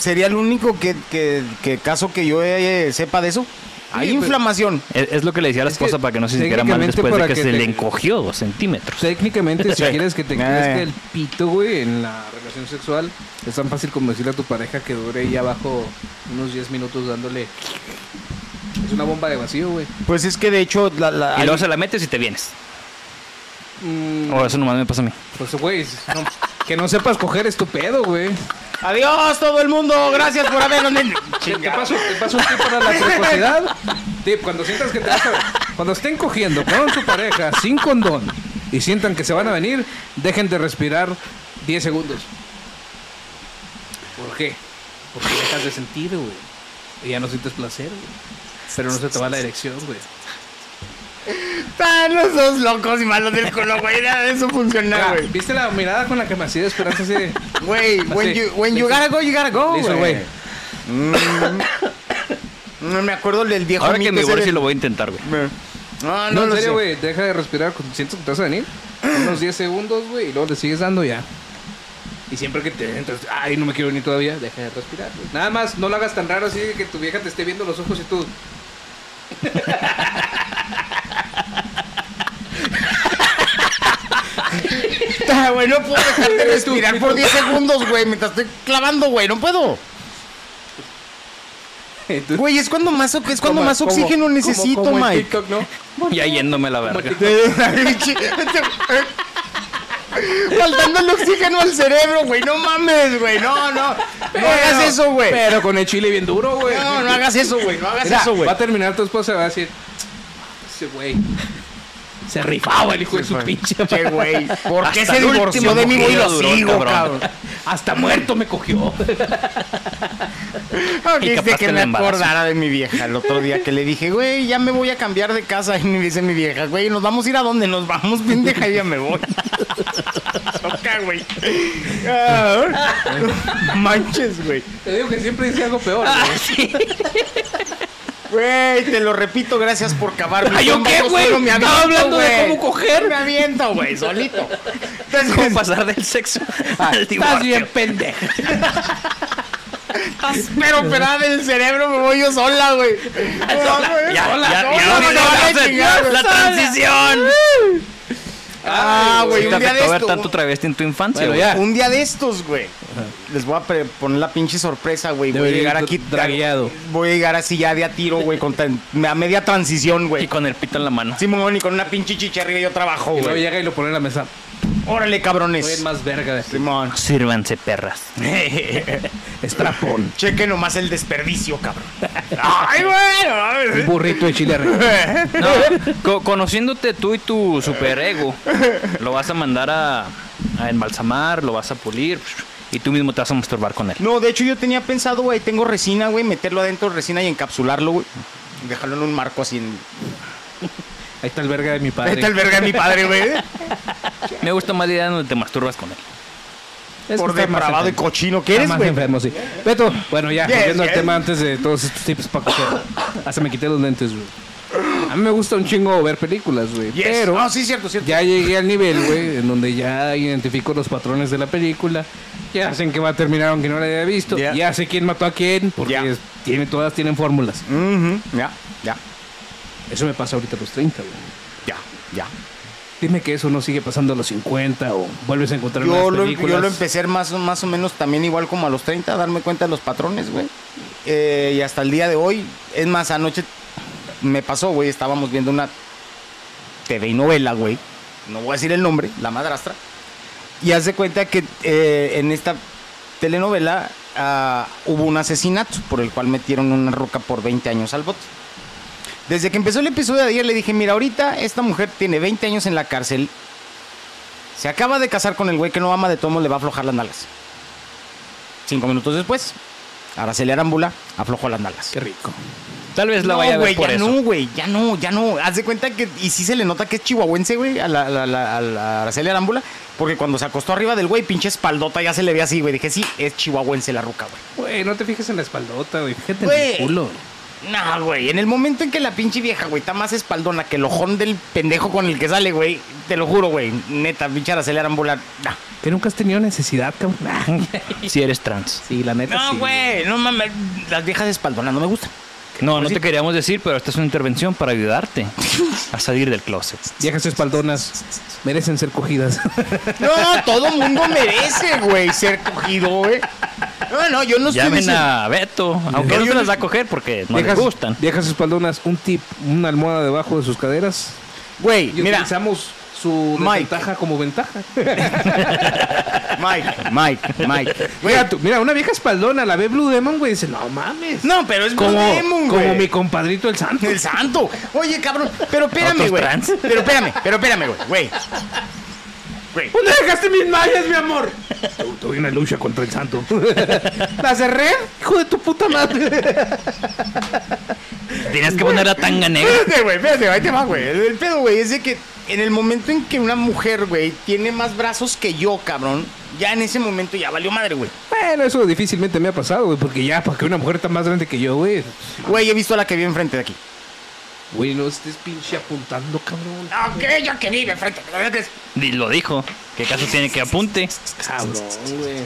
S2: Sería el único que, que- que caso que yo eh, sepa de eso. Hay
S1: pero-
S2: inflamación.
S3: Es, es lo que le decía a la
S1: Es que
S3: esposa para que no se sintiera mal
S1: técnicamente
S3: después de
S1: para
S3: que,
S1: que
S3: se
S1: te-
S3: le encogió dos centímetros.
S1: Técnicamente, si quieres
S2: Eh.
S1: que te crezca
S2: Ay.
S1: el pito, güey, en la relación sexual, es tan fácil como decirle a tu pareja que dure ahí abajo unos 10 minutos dándole. Es una bomba de vacío, güey.
S2: Pues es que de hecho la, la-
S3: Y
S2: hay-
S3: luego se la metes y te vienes.
S1: Mm,
S3: O eso nomás me pasa a mí.
S1: Pues, güey, no- que no sepas coger es tu pedo, güey.
S2: Adiós todo el mundo, gracias por [laughs] habernos
S1: Te, te paso, te paso un tip para la precocidad. Tip, cuando sientas que te vas a- Cuando estén cogiendo con su pareja sin condón y sientan que se van a venir, dejen de respirar 10 segundos. ¿Por qué? Porque dejas de sentir, güey. Y ya no sientes placer, güey. Pero no se te va la erección, güey.
S4: Están los dos locos y malos del culo, güey. Nada de Eso funciona,
S2: Ah.
S1: Mira,
S4: güey.
S1: Ah, ¿Viste la mirada con la que me hacía de esperanza así de...
S4: Güey,
S1: Así,
S2: When you, when you
S1: le hizo-
S2: gotta go, you gotta go,
S1: le hizo,
S2: güey.
S1: güey.
S2: No me acuerdo del viejo
S3: Ahora que
S2: mito
S3: me
S2: ese
S3: divorcio
S2: de-
S3: lo voy a intentar, güey.
S2: No,
S1: No,
S2: no,
S1: en
S2: lo sé.
S1: serio, güey, deja de respirar cuando sientes que te vas a venir. Unos 10 segundos, güey, y luego le sigues dando ya. Y siempre que te entras, ay, no me quiero venir todavía, deja de respirar, güey. Nada más, no lo hagas tan raro así de que tu vieja te esté viendo los ojos y tú. [laughs]
S4: Está, güey, [laughs] no puedo dejar de
S2: Respirar
S4: respirar
S2: por
S4: por
S2: 10 segundos, güey, mientras estoy clavando, güey, no puedo.
S1: Entonces,
S4: Güey, es cuando más
S2: Es cuando más
S1: como-
S2: oxígeno
S1: como-
S2: necesito,
S1: como en
S2: Mike.
S1: TikTok, ¿no?
S3: Ya yéndome a la verga.
S4: faltando el oxígeno al cerebro, güey. No mames, güey. No, no.
S2: No hagas eso, güey.
S1: Pero con el chile bien duro, güey.
S2: [laughs]
S4: No, no hagas eso, güey. No hagas
S1: Mira,
S4: eso, güey.
S1: Va a terminar tu esposa y va a decir, ese güey. Se rifaba el hijo de su pinche.
S4: Che, güey. ¿Por qué
S3: Hasta
S4: se
S3: el
S4: divorció
S3: último
S4: de mí, güey?
S3: mujer
S4: Lo
S3: duró,
S4: sigo,
S3: cabrón.
S4: cabrón.
S1: Hasta muerto me cogió.
S4: Ah,
S3: Y
S4: Dice
S3: capaz
S4: que
S3: que
S4: me
S3: la embarazo.
S4: acordara de mi vieja.
S2: vieja el otro día que le dije, güey, ya me voy a cambiar de casa. Y me dice mi vieja, güey, ¿nos vamos a ir a dónde? Nos vamos, pendeja, y ya me
S3: [laughs]
S2: voy.
S4: Toca, güey. Ah,
S2: Manches, güey.
S1: Te digo que siempre dice algo [laughs] peor. güey.
S2: Güey, te lo repito, gracias por cavar.
S1: Ay, ¿yo qué, güey? Estaba hablando de cómo
S2: coger. Me aviento, güey,
S3: [laughs]
S2: solito.
S3: Es como pasar del sexo al
S1: Estás bien
S3: divorcio.
S1: pendejo.
S2: Pero operada del cerebro me voy yo sola, güey. No, güey.
S3: Ya,
S2: Sola,
S3: ya, ya,
S2: sola,
S3: ahorita
S2: me
S3: vas a
S2: van a
S3: hacer
S2: chingar, güey.
S3: la transición.
S2: Ah, güey,
S3: ¿Sí
S2: un
S3: te
S2: día de
S3: afectó ver
S2: esto.
S3: tanto travesti en tu infancia,
S1: Bueno,
S3: güey?
S1: ya.
S2: Un día de estos, güey. Les voy a pre- poner la pinche sorpresa, güey. Voy a
S1: Debería
S2: llegar
S1: ir
S2: aquí.
S1: dragueado.
S2: Voy a llegar así ya de a tiro, güey. Con tan- a media transición,
S3: Y
S2: güey.
S3: con el pito en la mano.
S2: Simón y con una pinche chicha arriba yo trabajo,
S1: Y luego
S2: güey.
S1: llega y lo pone en la mesa.
S2: Órale,
S1: Soy el
S2: cabrones.
S1: más verga de aquí.
S2: Simón. [laughs]
S3: Sírvanse, perras.
S1: este, Estrapón.
S2: Cheque nomás el desperdicio, cabrón. [laughs] Ay, güey.
S1: Un burrito de chile arriba.
S2: [laughs]
S3: No, co- conociéndote tú y tu superego, lo vas a mandar a, a embalsamar, lo vas a pulir y tú mismo te vas a masturbar con él.
S2: No, de hecho yo tenía pensado, güey, tengo resina, güey, meterlo adentro de resina y encapsularlo, güey. Dejarlo en un marco así en...
S1: Ahí está el verga de mi padre.
S2: Vete al verga de mi padre, güey.
S3: Me gusta más la idea donde te masturbas con él.
S1: Es que
S2: Por
S1: está más
S2: depravado y
S1: enfermo.
S2: cochino que
S1: Está
S2: eres,
S1: más
S2: güey.
S1: enfermo, sí. Beto, bueno, ya,
S2: Yes,
S1: volviendo al
S2: yes.
S1: tema antes de todos estos tips para coger. [coughs] Hasta me quité los lentes, güey. A mí me gusta un chingo ver películas, güey.
S2: Yes.
S1: Pero
S2: No, sí, cierto, cierto.
S1: ya llegué al nivel, güey, en donde ya identifico los patrones de la película. Ya sé en qué va a terminar aunque no la haya visto.
S2: Ya.
S1: Ya sé quién mató a quién, porque
S2: Ya.
S1: es- tiene, todas tienen fórmulas.
S2: Ujú, Ya, ya,
S1: Eso me pasa ahorita a los 30, güey.
S2: ya, ya.
S1: Dime que eso no sigue pasando a los 50 o vuelves a encontrar
S2: Yo
S1: nuevas
S2: lo,
S1: películas.
S2: yo lo empecé más, o- más o menos también igual como a los 30, a darme cuenta de los patrones, güey. Eh, y hasta el día de hoy, es más, anoche me pasó, güey, estábamos viendo una TV y novela, güey. No voy a decir el nombre, La Madrastra. Y haz de cuenta que eh, en esta telenovela ah, hubo un asesinato por el cual metieron una roca por 20 años al bote. Desde que empezó el episodio de ayer le dije, mira, ahorita esta mujer tiene 20 años en la cárcel. Se acaba de casar con el güey que no ama de tomo, le va a aflojar las nalgas. Cinco minutos después, Araceli Arámbula aflojó las nalgas.
S1: Qué rico.
S3: Tal vez la
S2: no,
S3: vaya a ver
S2: güey,
S3: por
S2: ya
S3: eso.
S2: no, güey, ya no, ya no. Haz de cuenta que, y sí se le nota que es chihuahuense, güey, a la, a la- a la- a la Araceli Arámbula, porque cuando se acostó arriba del güey, pinche espaldota ya se le ve así, güey. Dije, sí, es chihuahuense la ruca, güey.
S1: Güey, no te fijes en la espaldota, güey. Fíjate en
S2: Güey.
S1: el culo.
S2: No, güey, en el momento en que la pinche vieja, güey, está más espaldona que el ojón del pendejo con el que sale, güey, te lo juro, güey, neta, pinche Araceli Arámbula, nah.
S1: Que nunca has tenido necesidad, cabrón. [laughs]
S3: Si eres trans.
S1: Ah, sí, la neta sí.
S2: No, güey, no mames, las viejas espaldonas no me gustan. Pues
S3: No, no te queríamos decir, pero esta es una intervención para ayudarte a salir del closet.
S1: Viejas espaldonas merecen ser [laughs] cogidas.
S2: No, todo mundo merece, güey, ser cogido, güey. No, no, [laughs] yo no estoy
S3: Llamen
S2: diciendo-
S3: a Beto, aunque no se las va a coger porque no les
S1: [laughs] viejas,
S3: gustan.
S1: Viejas espaldonas, un tip, una almohada debajo de sus caderas.
S2: Güey,
S1: Y
S2: mira,
S1: utilizamos su
S2: Mike.
S1: ventaja como ventaja.
S2: Mike, Mike, Mike. Güey,
S1: Mira, tú- mira, una vieja espaldona la ve Blue Demon, güey, y dice, no mames.
S2: no, pero es
S1: como,
S2: Blue Demon,
S1: como
S2: güey.
S1: mi compadrito el santo. [laughs]
S2: El santo. Oye, cabrón, pero espérame,
S3: ¿Otros
S2: güey.
S3: trans?
S2: Pero espérame, pero espérame, güey. Güey. Güey.
S1: ¿Dónde Pues dejaste mis mallas, mi amor? Tu- Tuve una lucha contra el santo. [laughs] ¿La cerré? Hijo de tu puta [laughs] madre.
S3: Tenías que poner la tanga negra.
S2: Espérate, güey, espérate, ahí te va, güey. El pedo, güey, es de que en el momento en que una mujer, güey, tiene más brazos que yo, cabrón, ya en ese momento ya valió madre, güey.
S1: Bueno, eso difícilmente me ha pasado, güey, porque ya, para que una mujer tan más grande que yo, güey.
S2: Güey, he visto a la que vive enfrente de aquí.
S1: Güey, no estés pinche apuntando, cabrón.
S2: Ok, ya que vive enfrente.
S3: Y lo dijo. ¿Qué caso tiene que apunte?
S1: Cabrón, güey.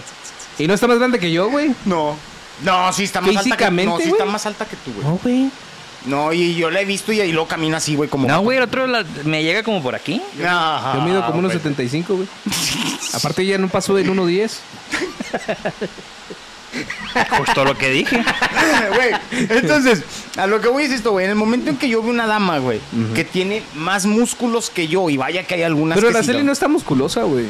S1: ¿Y no está más grande que yo, güey?
S2: No. No, sí está más alta que
S1: Físicamente,
S2: No, sí
S1: güey.
S2: está más alta que tú, güey.
S1: No, güey.
S2: No, y yo la he visto y, y luego camina así, güey, como.
S3: No, güey, el otro la- me llega como por aquí.
S2: Ajá,
S1: Yo mido como unos
S2: güey.
S1: [laughs] 75, güey. Aparte ya no pasó del 1.10.
S3: Justo lo que dije.
S2: [laughs] Güey, Entonces, a lo que voy es esto, güey. En el momento en que yo veo una dama, güey, que tiene más músculos que yo, y vaya que hay algunas
S1: Pero
S2: que
S1: Araceli
S2: sí,
S1: no está musculosa, güey.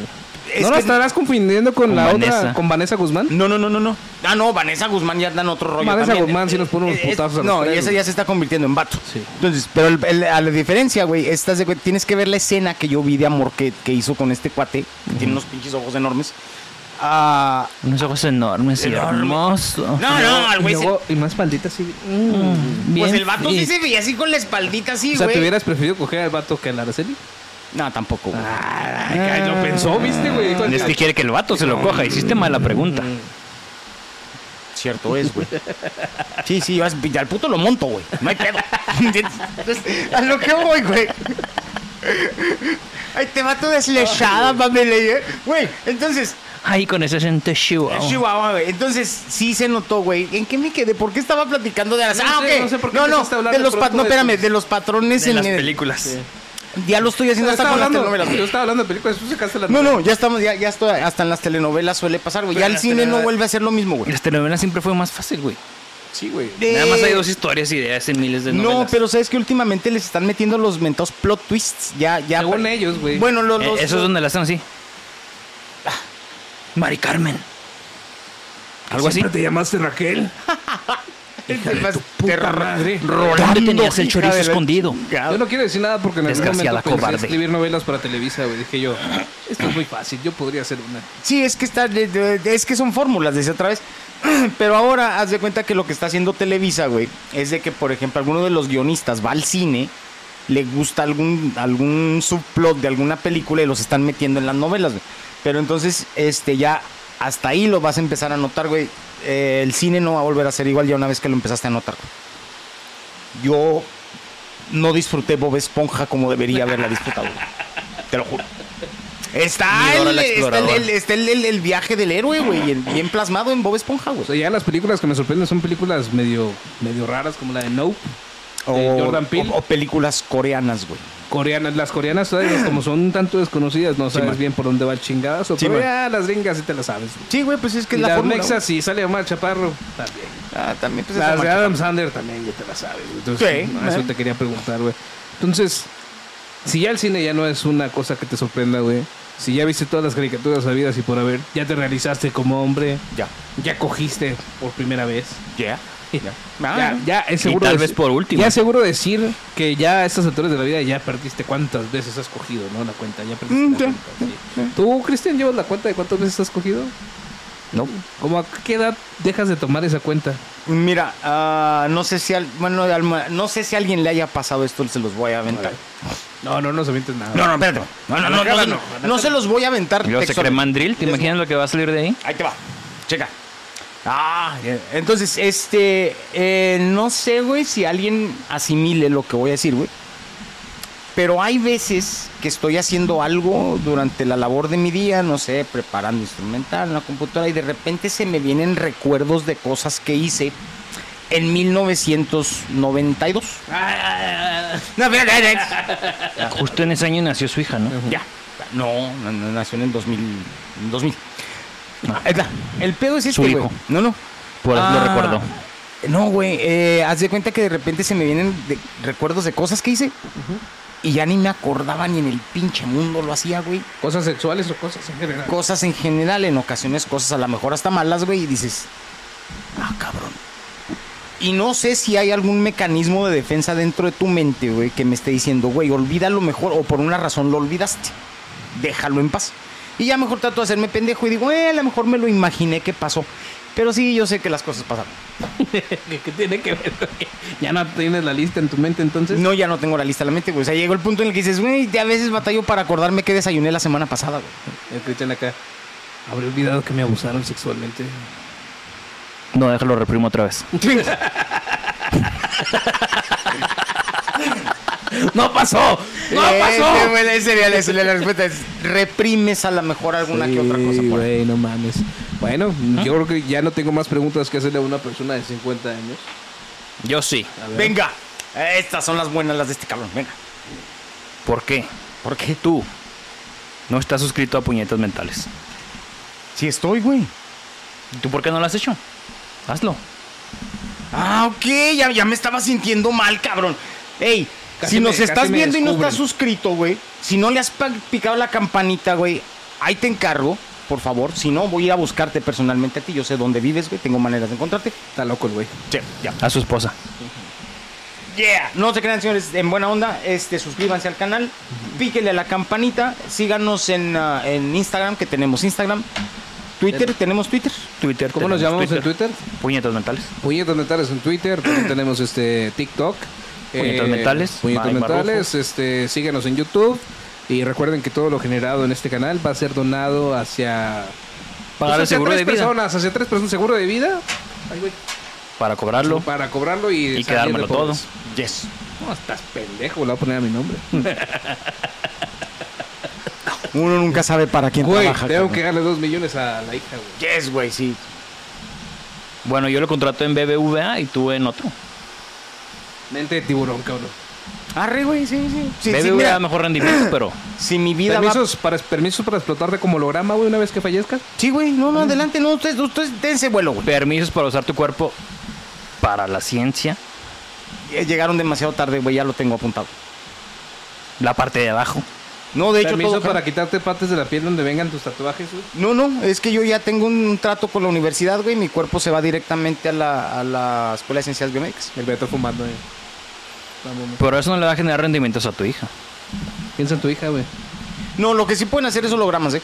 S2: Es
S1: ¿No la
S2: que-
S1: estarás confundiendo con,
S3: Con
S1: la otra,
S3: Vanessa.
S1: con Vanessa Guzmán?
S2: No, no, no, no, no. Ah, no, Vanessa Guzmán ya dan otro rollo.
S1: Vanessa
S2: también.
S1: Guzmán sí nos pone unos
S2: Eh, es-
S1: putazos a los
S2: No,
S1: tres,
S2: y esa
S1: güey.
S2: ya se está convirtiendo en vato.
S1: Sí.
S2: Entonces, pero el- el- a la diferencia, güey, estás de cu- tienes que ver la escena que yo vi de amor que, que hizo con este cuate, que tiene unos pinches ojos enormes. Ah,
S3: Unos ojos enormes y
S2: Enorme.
S3: hermosos.
S2: no, no, al
S1: Y
S2: güey. se-
S1: Ah. luego, y más faldita así. Mm,
S2: Pues
S1: bien
S2: el vato sí
S1: fit.
S2: se veía así con la espaldita así,
S1: O sea,
S2: güey.
S1: ¿te hubieras preferido coger al vato que a la Araceli?
S2: No, tampoco, güey.
S1: Ah,
S2: Este
S1: Ay, lo pensó, ¿viste, güey?
S3: Es que quiere que el vato se lo coja. Hiciste mala pregunta.
S2: Mm. Cierto es, güey. [laughs] Sí, sí, vas, ya al puto lo monto, güey. No hay pedo. Entonces, a lo que voy, güey. Ay, te mato deslechada, Pamela. ¿eh? Güey, entonces,
S3: Ay, con ese acento
S2: eh,
S3: chihuahua.
S2: Chihuahua, güey. Entonces, sí se notó, güey. ¿En qué me quedé? ¿Por qué estaba platicando de las...
S1: No
S2: ah,
S1: sé,
S2: ok.
S1: no sé por qué
S2: no, no,
S1: empezaste a hablar
S2: de
S1: de
S2: los pat-
S1: pronto
S2: No,
S1: de
S2: espérame, de los patrones
S3: De
S2: en...
S3: las
S2: el-
S3: películas.
S2: Ya lo estoy haciendo
S1: Yo
S2: hasta
S1: estaba,
S2: con las
S1: hablando,
S2: telenovelas.
S1: yo estaba hablando de películas, tú sacaste la
S2: No, no, ya estamos, ya, ya estoy, hasta en las telenovelas suele pasar, güey. Ya el cine no vuelve a ser lo mismo,
S3: Y
S2: güey.
S3: las telenovelas siempre fue más fácil, güey.
S1: Sí, güey.
S3: Nada más hay
S2: Eh,
S3: dos historias ideas en miles de novelas.
S2: No, pero sabes que últimamente les están metiendo los mentos plot twists. Ya, ya.
S1: Según
S2: pa-
S1: ellos, güey.
S2: Bueno, los.
S3: Eh,
S2: los-
S3: eso es donde la hacen así. Ah, Mari Carmen. Algo así.
S1: te llamaste Raquel?
S2: Hija de tu
S1: puta
S2: terra-
S1: madre.
S3: Rolando tenías el
S2: hija
S3: chorizo
S2: de la-
S3: escondido.
S1: Yo no quiero decir nada porque en algún
S3: Desgraciada
S1: momento pensé
S3: cobarde.
S1: escribir novelas para Televisa, güey. Dije yo, esto es muy fácil, yo podría hacer una.
S2: Sí, es que está, de- de- de- es que son fórmulas, decía otra vez. [clears throat] Pero ahora haz de cuenta que lo que está haciendo Televisa, güey, es de que, por ejemplo, alguno de los guionistas va al cine, le gusta algún, algún subplot de alguna película y los están metiendo en las novelas, güey. Pero entonces, este, ya hasta ahí lo vas a empezar a notar, güey. Eh, el cine no va a volver a ser igual ya una vez que lo empezaste a notar. güey. Yo no disfruté Bob Esponja como debería haberla disfrutado, güey. Te lo juro. Está,
S3: Ni Dora
S2: el, está
S3: la
S2: el-
S3: exploradora.
S2: el- está el- el- el viaje del héroe, güey, y el- bien plasmado en Bob Esponja,
S1: O
S2: güey.
S1: sea, ya las películas que me sorprenden son películas medio, medio raras, como la de Nope, de Jordan Peele.
S2: o- o películas coreanas, güey.
S1: Coreanas, las
S2: [gasps]
S1: coreanas todavía, como son un tanto desconocidas, no sabes
S2: man.
S1: bien por dónde va el chingadazo.
S2: Sí,
S1: pero
S2: man.
S1: ya las gringas sí te las sabes.
S2: Sí, güey, pues es que
S1: Y
S2: es la
S1: las
S2: fórmula.
S1: mexas sí, sale Omar Chaparro también.
S2: güey. Ah, también pues es
S1: las
S2: la
S1: de
S2: mancha.
S1: Adam Sandler también ya te las sabes. güey. Entonces,
S2: Sí,
S1: no, eso
S2: ajá.
S1: te quería preguntar, güey. Entonces, si ya el cine ya no es una cosa que te sorprenda, güey. Si ya viste todas las caricaturas habidas y por haber, ya te realizaste como hombre,
S2: Ya.
S1: ya cogiste por primera vez.
S2: Ya. Ah. Ya.
S1: Ya, ya es
S3: Y
S1: seguro.
S3: tal
S1: deci-
S3: vez por último.
S1: Ya es seguro decir que ya a estas alturas de la vida ya perdiste cuántas veces has cogido, ¿no? La cuenta, ya perdiste.
S2: Mm,
S1: la
S2: sí.
S1: cuenta, sí. ¿Tú, Cristian, llevas la cuenta de cuántas veces has cogido?
S2: No.
S1: ¿Cómo a qué edad dejas de tomar esa cuenta?
S2: Mira, ah, no sé si al- bueno, al- no sé si a alguien le haya pasado esto, se los voy a aventar.
S1: No, no nos avientes nada.
S2: No, no, espérate. No, no, no, no, no, no se los voy a aventar.
S3: Yo se
S2: textual.
S3: cree mandril, ¿te
S2: Les-
S3: imaginas lo que va a salir de ahí?
S2: Ahí te va. Checa. Ah, ya. entonces, este, eh, no sé, güey, si alguien asimile lo que voy a decir, güey. Pero hay veces que estoy haciendo algo durante la labor de mi día, no sé, preparando instrumental en la computadora y de repente se me vienen recuerdos de cosas que hice en 1992.
S3: Ah,
S2: No, espérate,
S3: Justo en ese año nació su hija, ¿no?
S2: ya. No, no, no, nació en el 2000. en 2000. Ahí está. El pedo es este,
S3: Su
S2: güey.
S3: hijo.
S2: No, no.
S3: Por eso lo
S2: Ah,
S3: recordó.
S2: No, güey. eh, haz de cuenta que de repente se me vienen de- recuerdos de cosas que hice. Y ya ni me acordaba ni en el pinche mundo lo hacía, güey.
S1: ¿Cosas sexuales o cosas en general?
S2: Cosas en general, en ocasiones cosas a lo mejor hasta malas, güey. Y dices, ah, cabrón. Y no sé si hay algún mecanismo de defensa dentro de tu mente, güey, que me esté diciendo, güey, olvídalo mejor o por una razón lo olvidaste. Déjalo en paz. Y ya mejor trato de hacerme pendejo y digo, eh, a lo mejor me lo imaginé que pasó. Pero sí, yo sé que las cosas pasaron.
S1: [laughs] ¿Qué tiene que ver? [laughs] Ya no tienes la lista en tu mente entonces.
S2: No, ya no tengo la lista en la mente, güey. O sea, llegó el punto en el que dices, güey, ya a veces batallo para acordarme que desayuné la semana pasada, güey.
S1: El Eh, Cristian acá. Habré olvidado que me abusaron sexualmente.
S3: No, déjalo reprimo otra vez.
S1: [laughs] ¡No pasó! ¡No pasó!
S2: Este, güey, ese sería la, sería la respuesta. Es, reprimes a lo mejor alguna que otra cosa
S1: Sí,
S2: por ahí.
S1: güey, no mames. Bueno, yo creo que ya no tengo más preguntas que hacerle a una persona de 50 años.
S3: Yo sí.
S2: Venga, estas son las buenas, las de este cabrón. Venga.
S3: ¿Por qué?
S2: ¿Por qué?
S3: Tú no estás suscrito a puñetas mentales.
S2: Sí estoy, güey.
S3: ¿Y ¿Tú por qué no lo has hecho? Hazlo.
S2: Ah, ok, ya, ya me estaba sintiendo mal, cabrón. Ey,
S1: Casi
S2: si
S1: me-
S2: nos
S1: casi
S2: estás
S1: me
S2: viendo y no
S1: descubren.
S2: estás suscrito, güey, si no le has pa- picado la campanita, güey, ahí te encargo, por favor. Si no, voy a ir a buscarte personalmente a ti. Yo sé dónde vives, güey, tengo maneras de encontrarte.
S1: Está loco el güey.
S2: Sí, ya.
S3: A su esposa.
S2: Yeah. No se crean, señores, en buena onda, este, suscríbanse al canal, píquenle a la campanita, síganos en, ah, en Instagram, que tenemos Instagram. Twitter, tenemos Twitter.
S3: Twitter.
S1: ¿Cómo nos
S3: tenemos
S1: llamamos en Twitter?
S3: Puñetas mentales.
S1: Puñetas Mentales en Twitter, también tenemos este TikTok. Eh,
S3: Puñetas Mentales,
S1: Puñetas
S3: Mike
S1: Mentales, este, síganos en YouTube. Y recuerden que todo lo generado en este canal va a ser donado hacia. pues,
S3: Pagar el
S1: hacia
S3: seguro
S1: tres
S3: de vida.
S1: personas, hacia tres personas seguro de vida
S3: Para cobrarlo.
S1: para cobrarlo y,
S3: Y
S1: salir
S3: quedármelo
S1: de pobres.
S3: todo.
S2: Yes.
S1: No, estás pendejo, le voy a poner a mi nombre.
S2: Uno nunca sabe para quién
S1: Güey,
S2: trabaja.
S1: tengo
S2: cabrón.
S1: que darle dos millones a la hija, güey.
S2: Yes, güey, sí.
S3: Bueno, yo lo contrato en BBVA y tú en otro.
S1: Mente de tiburón, cabrón.
S2: Arre, güey, sí, sí. Sí, sí,
S3: BBVA
S2: mira,
S3: mejor rendimiento, pero
S2: si mi vida va...
S1: Permisos para, permisos para explotarte como holograma, güey, una vez que fallezcas.
S2: Sí, güey, no, no, adelante, no, ustedes, ustedes dense vuelo, güey.
S3: permisos para usar tu cuerpo para la ciencia,
S2: Eh, Llegaron demasiado tarde, güey, ya lo tengo apuntado.
S3: la parte de abajo.
S2: No, de hecho,
S1: Permiso
S2: todo...
S1: para quitarte partes de la piel donde vengan tus tatuajes, güey.
S2: No, no, es que yo ya tengo un trato con la universidad, güey, mi cuerpo se va directamente a la, a la Escuela de Ciencias Biomédicas.
S1: El Beto fumando, eh. Vámonos.
S3: Pero eso no le va a generar rendimientos a tu hija.
S1: Piensa en tu hija, güey.
S2: No, lo que sí pueden hacer es hologramas, ¿eh?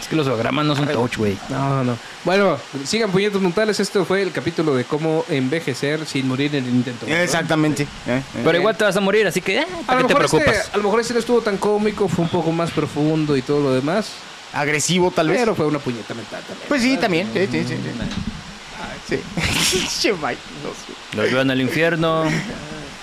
S3: Es que los hologramas no son touch, güey.
S1: No, no. Bueno, sigan puñetos mentales. Esto fue el capítulo de cómo envejecer sin morir en el intento. ¿verdad?
S2: Exactamente. eh, eh.
S3: Pero igual te vas a morir, así que eh,
S1: A
S3: ¿para
S1: lo,
S3: qué te
S1: mejor este,
S3: preocupas?
S1: a lo mejor este no estuvo tan cómico, fue un poco más profundo y todo lo demás.
S2: eh, Agresivo, tal vez.
S1: Pero fue una puñeta mental también.
S2: Pues sí, también. Sí, sí, sí. [laughs] Sí. Ay, sí. Che, Mike, no sé.
S3: Los llevan al infierno,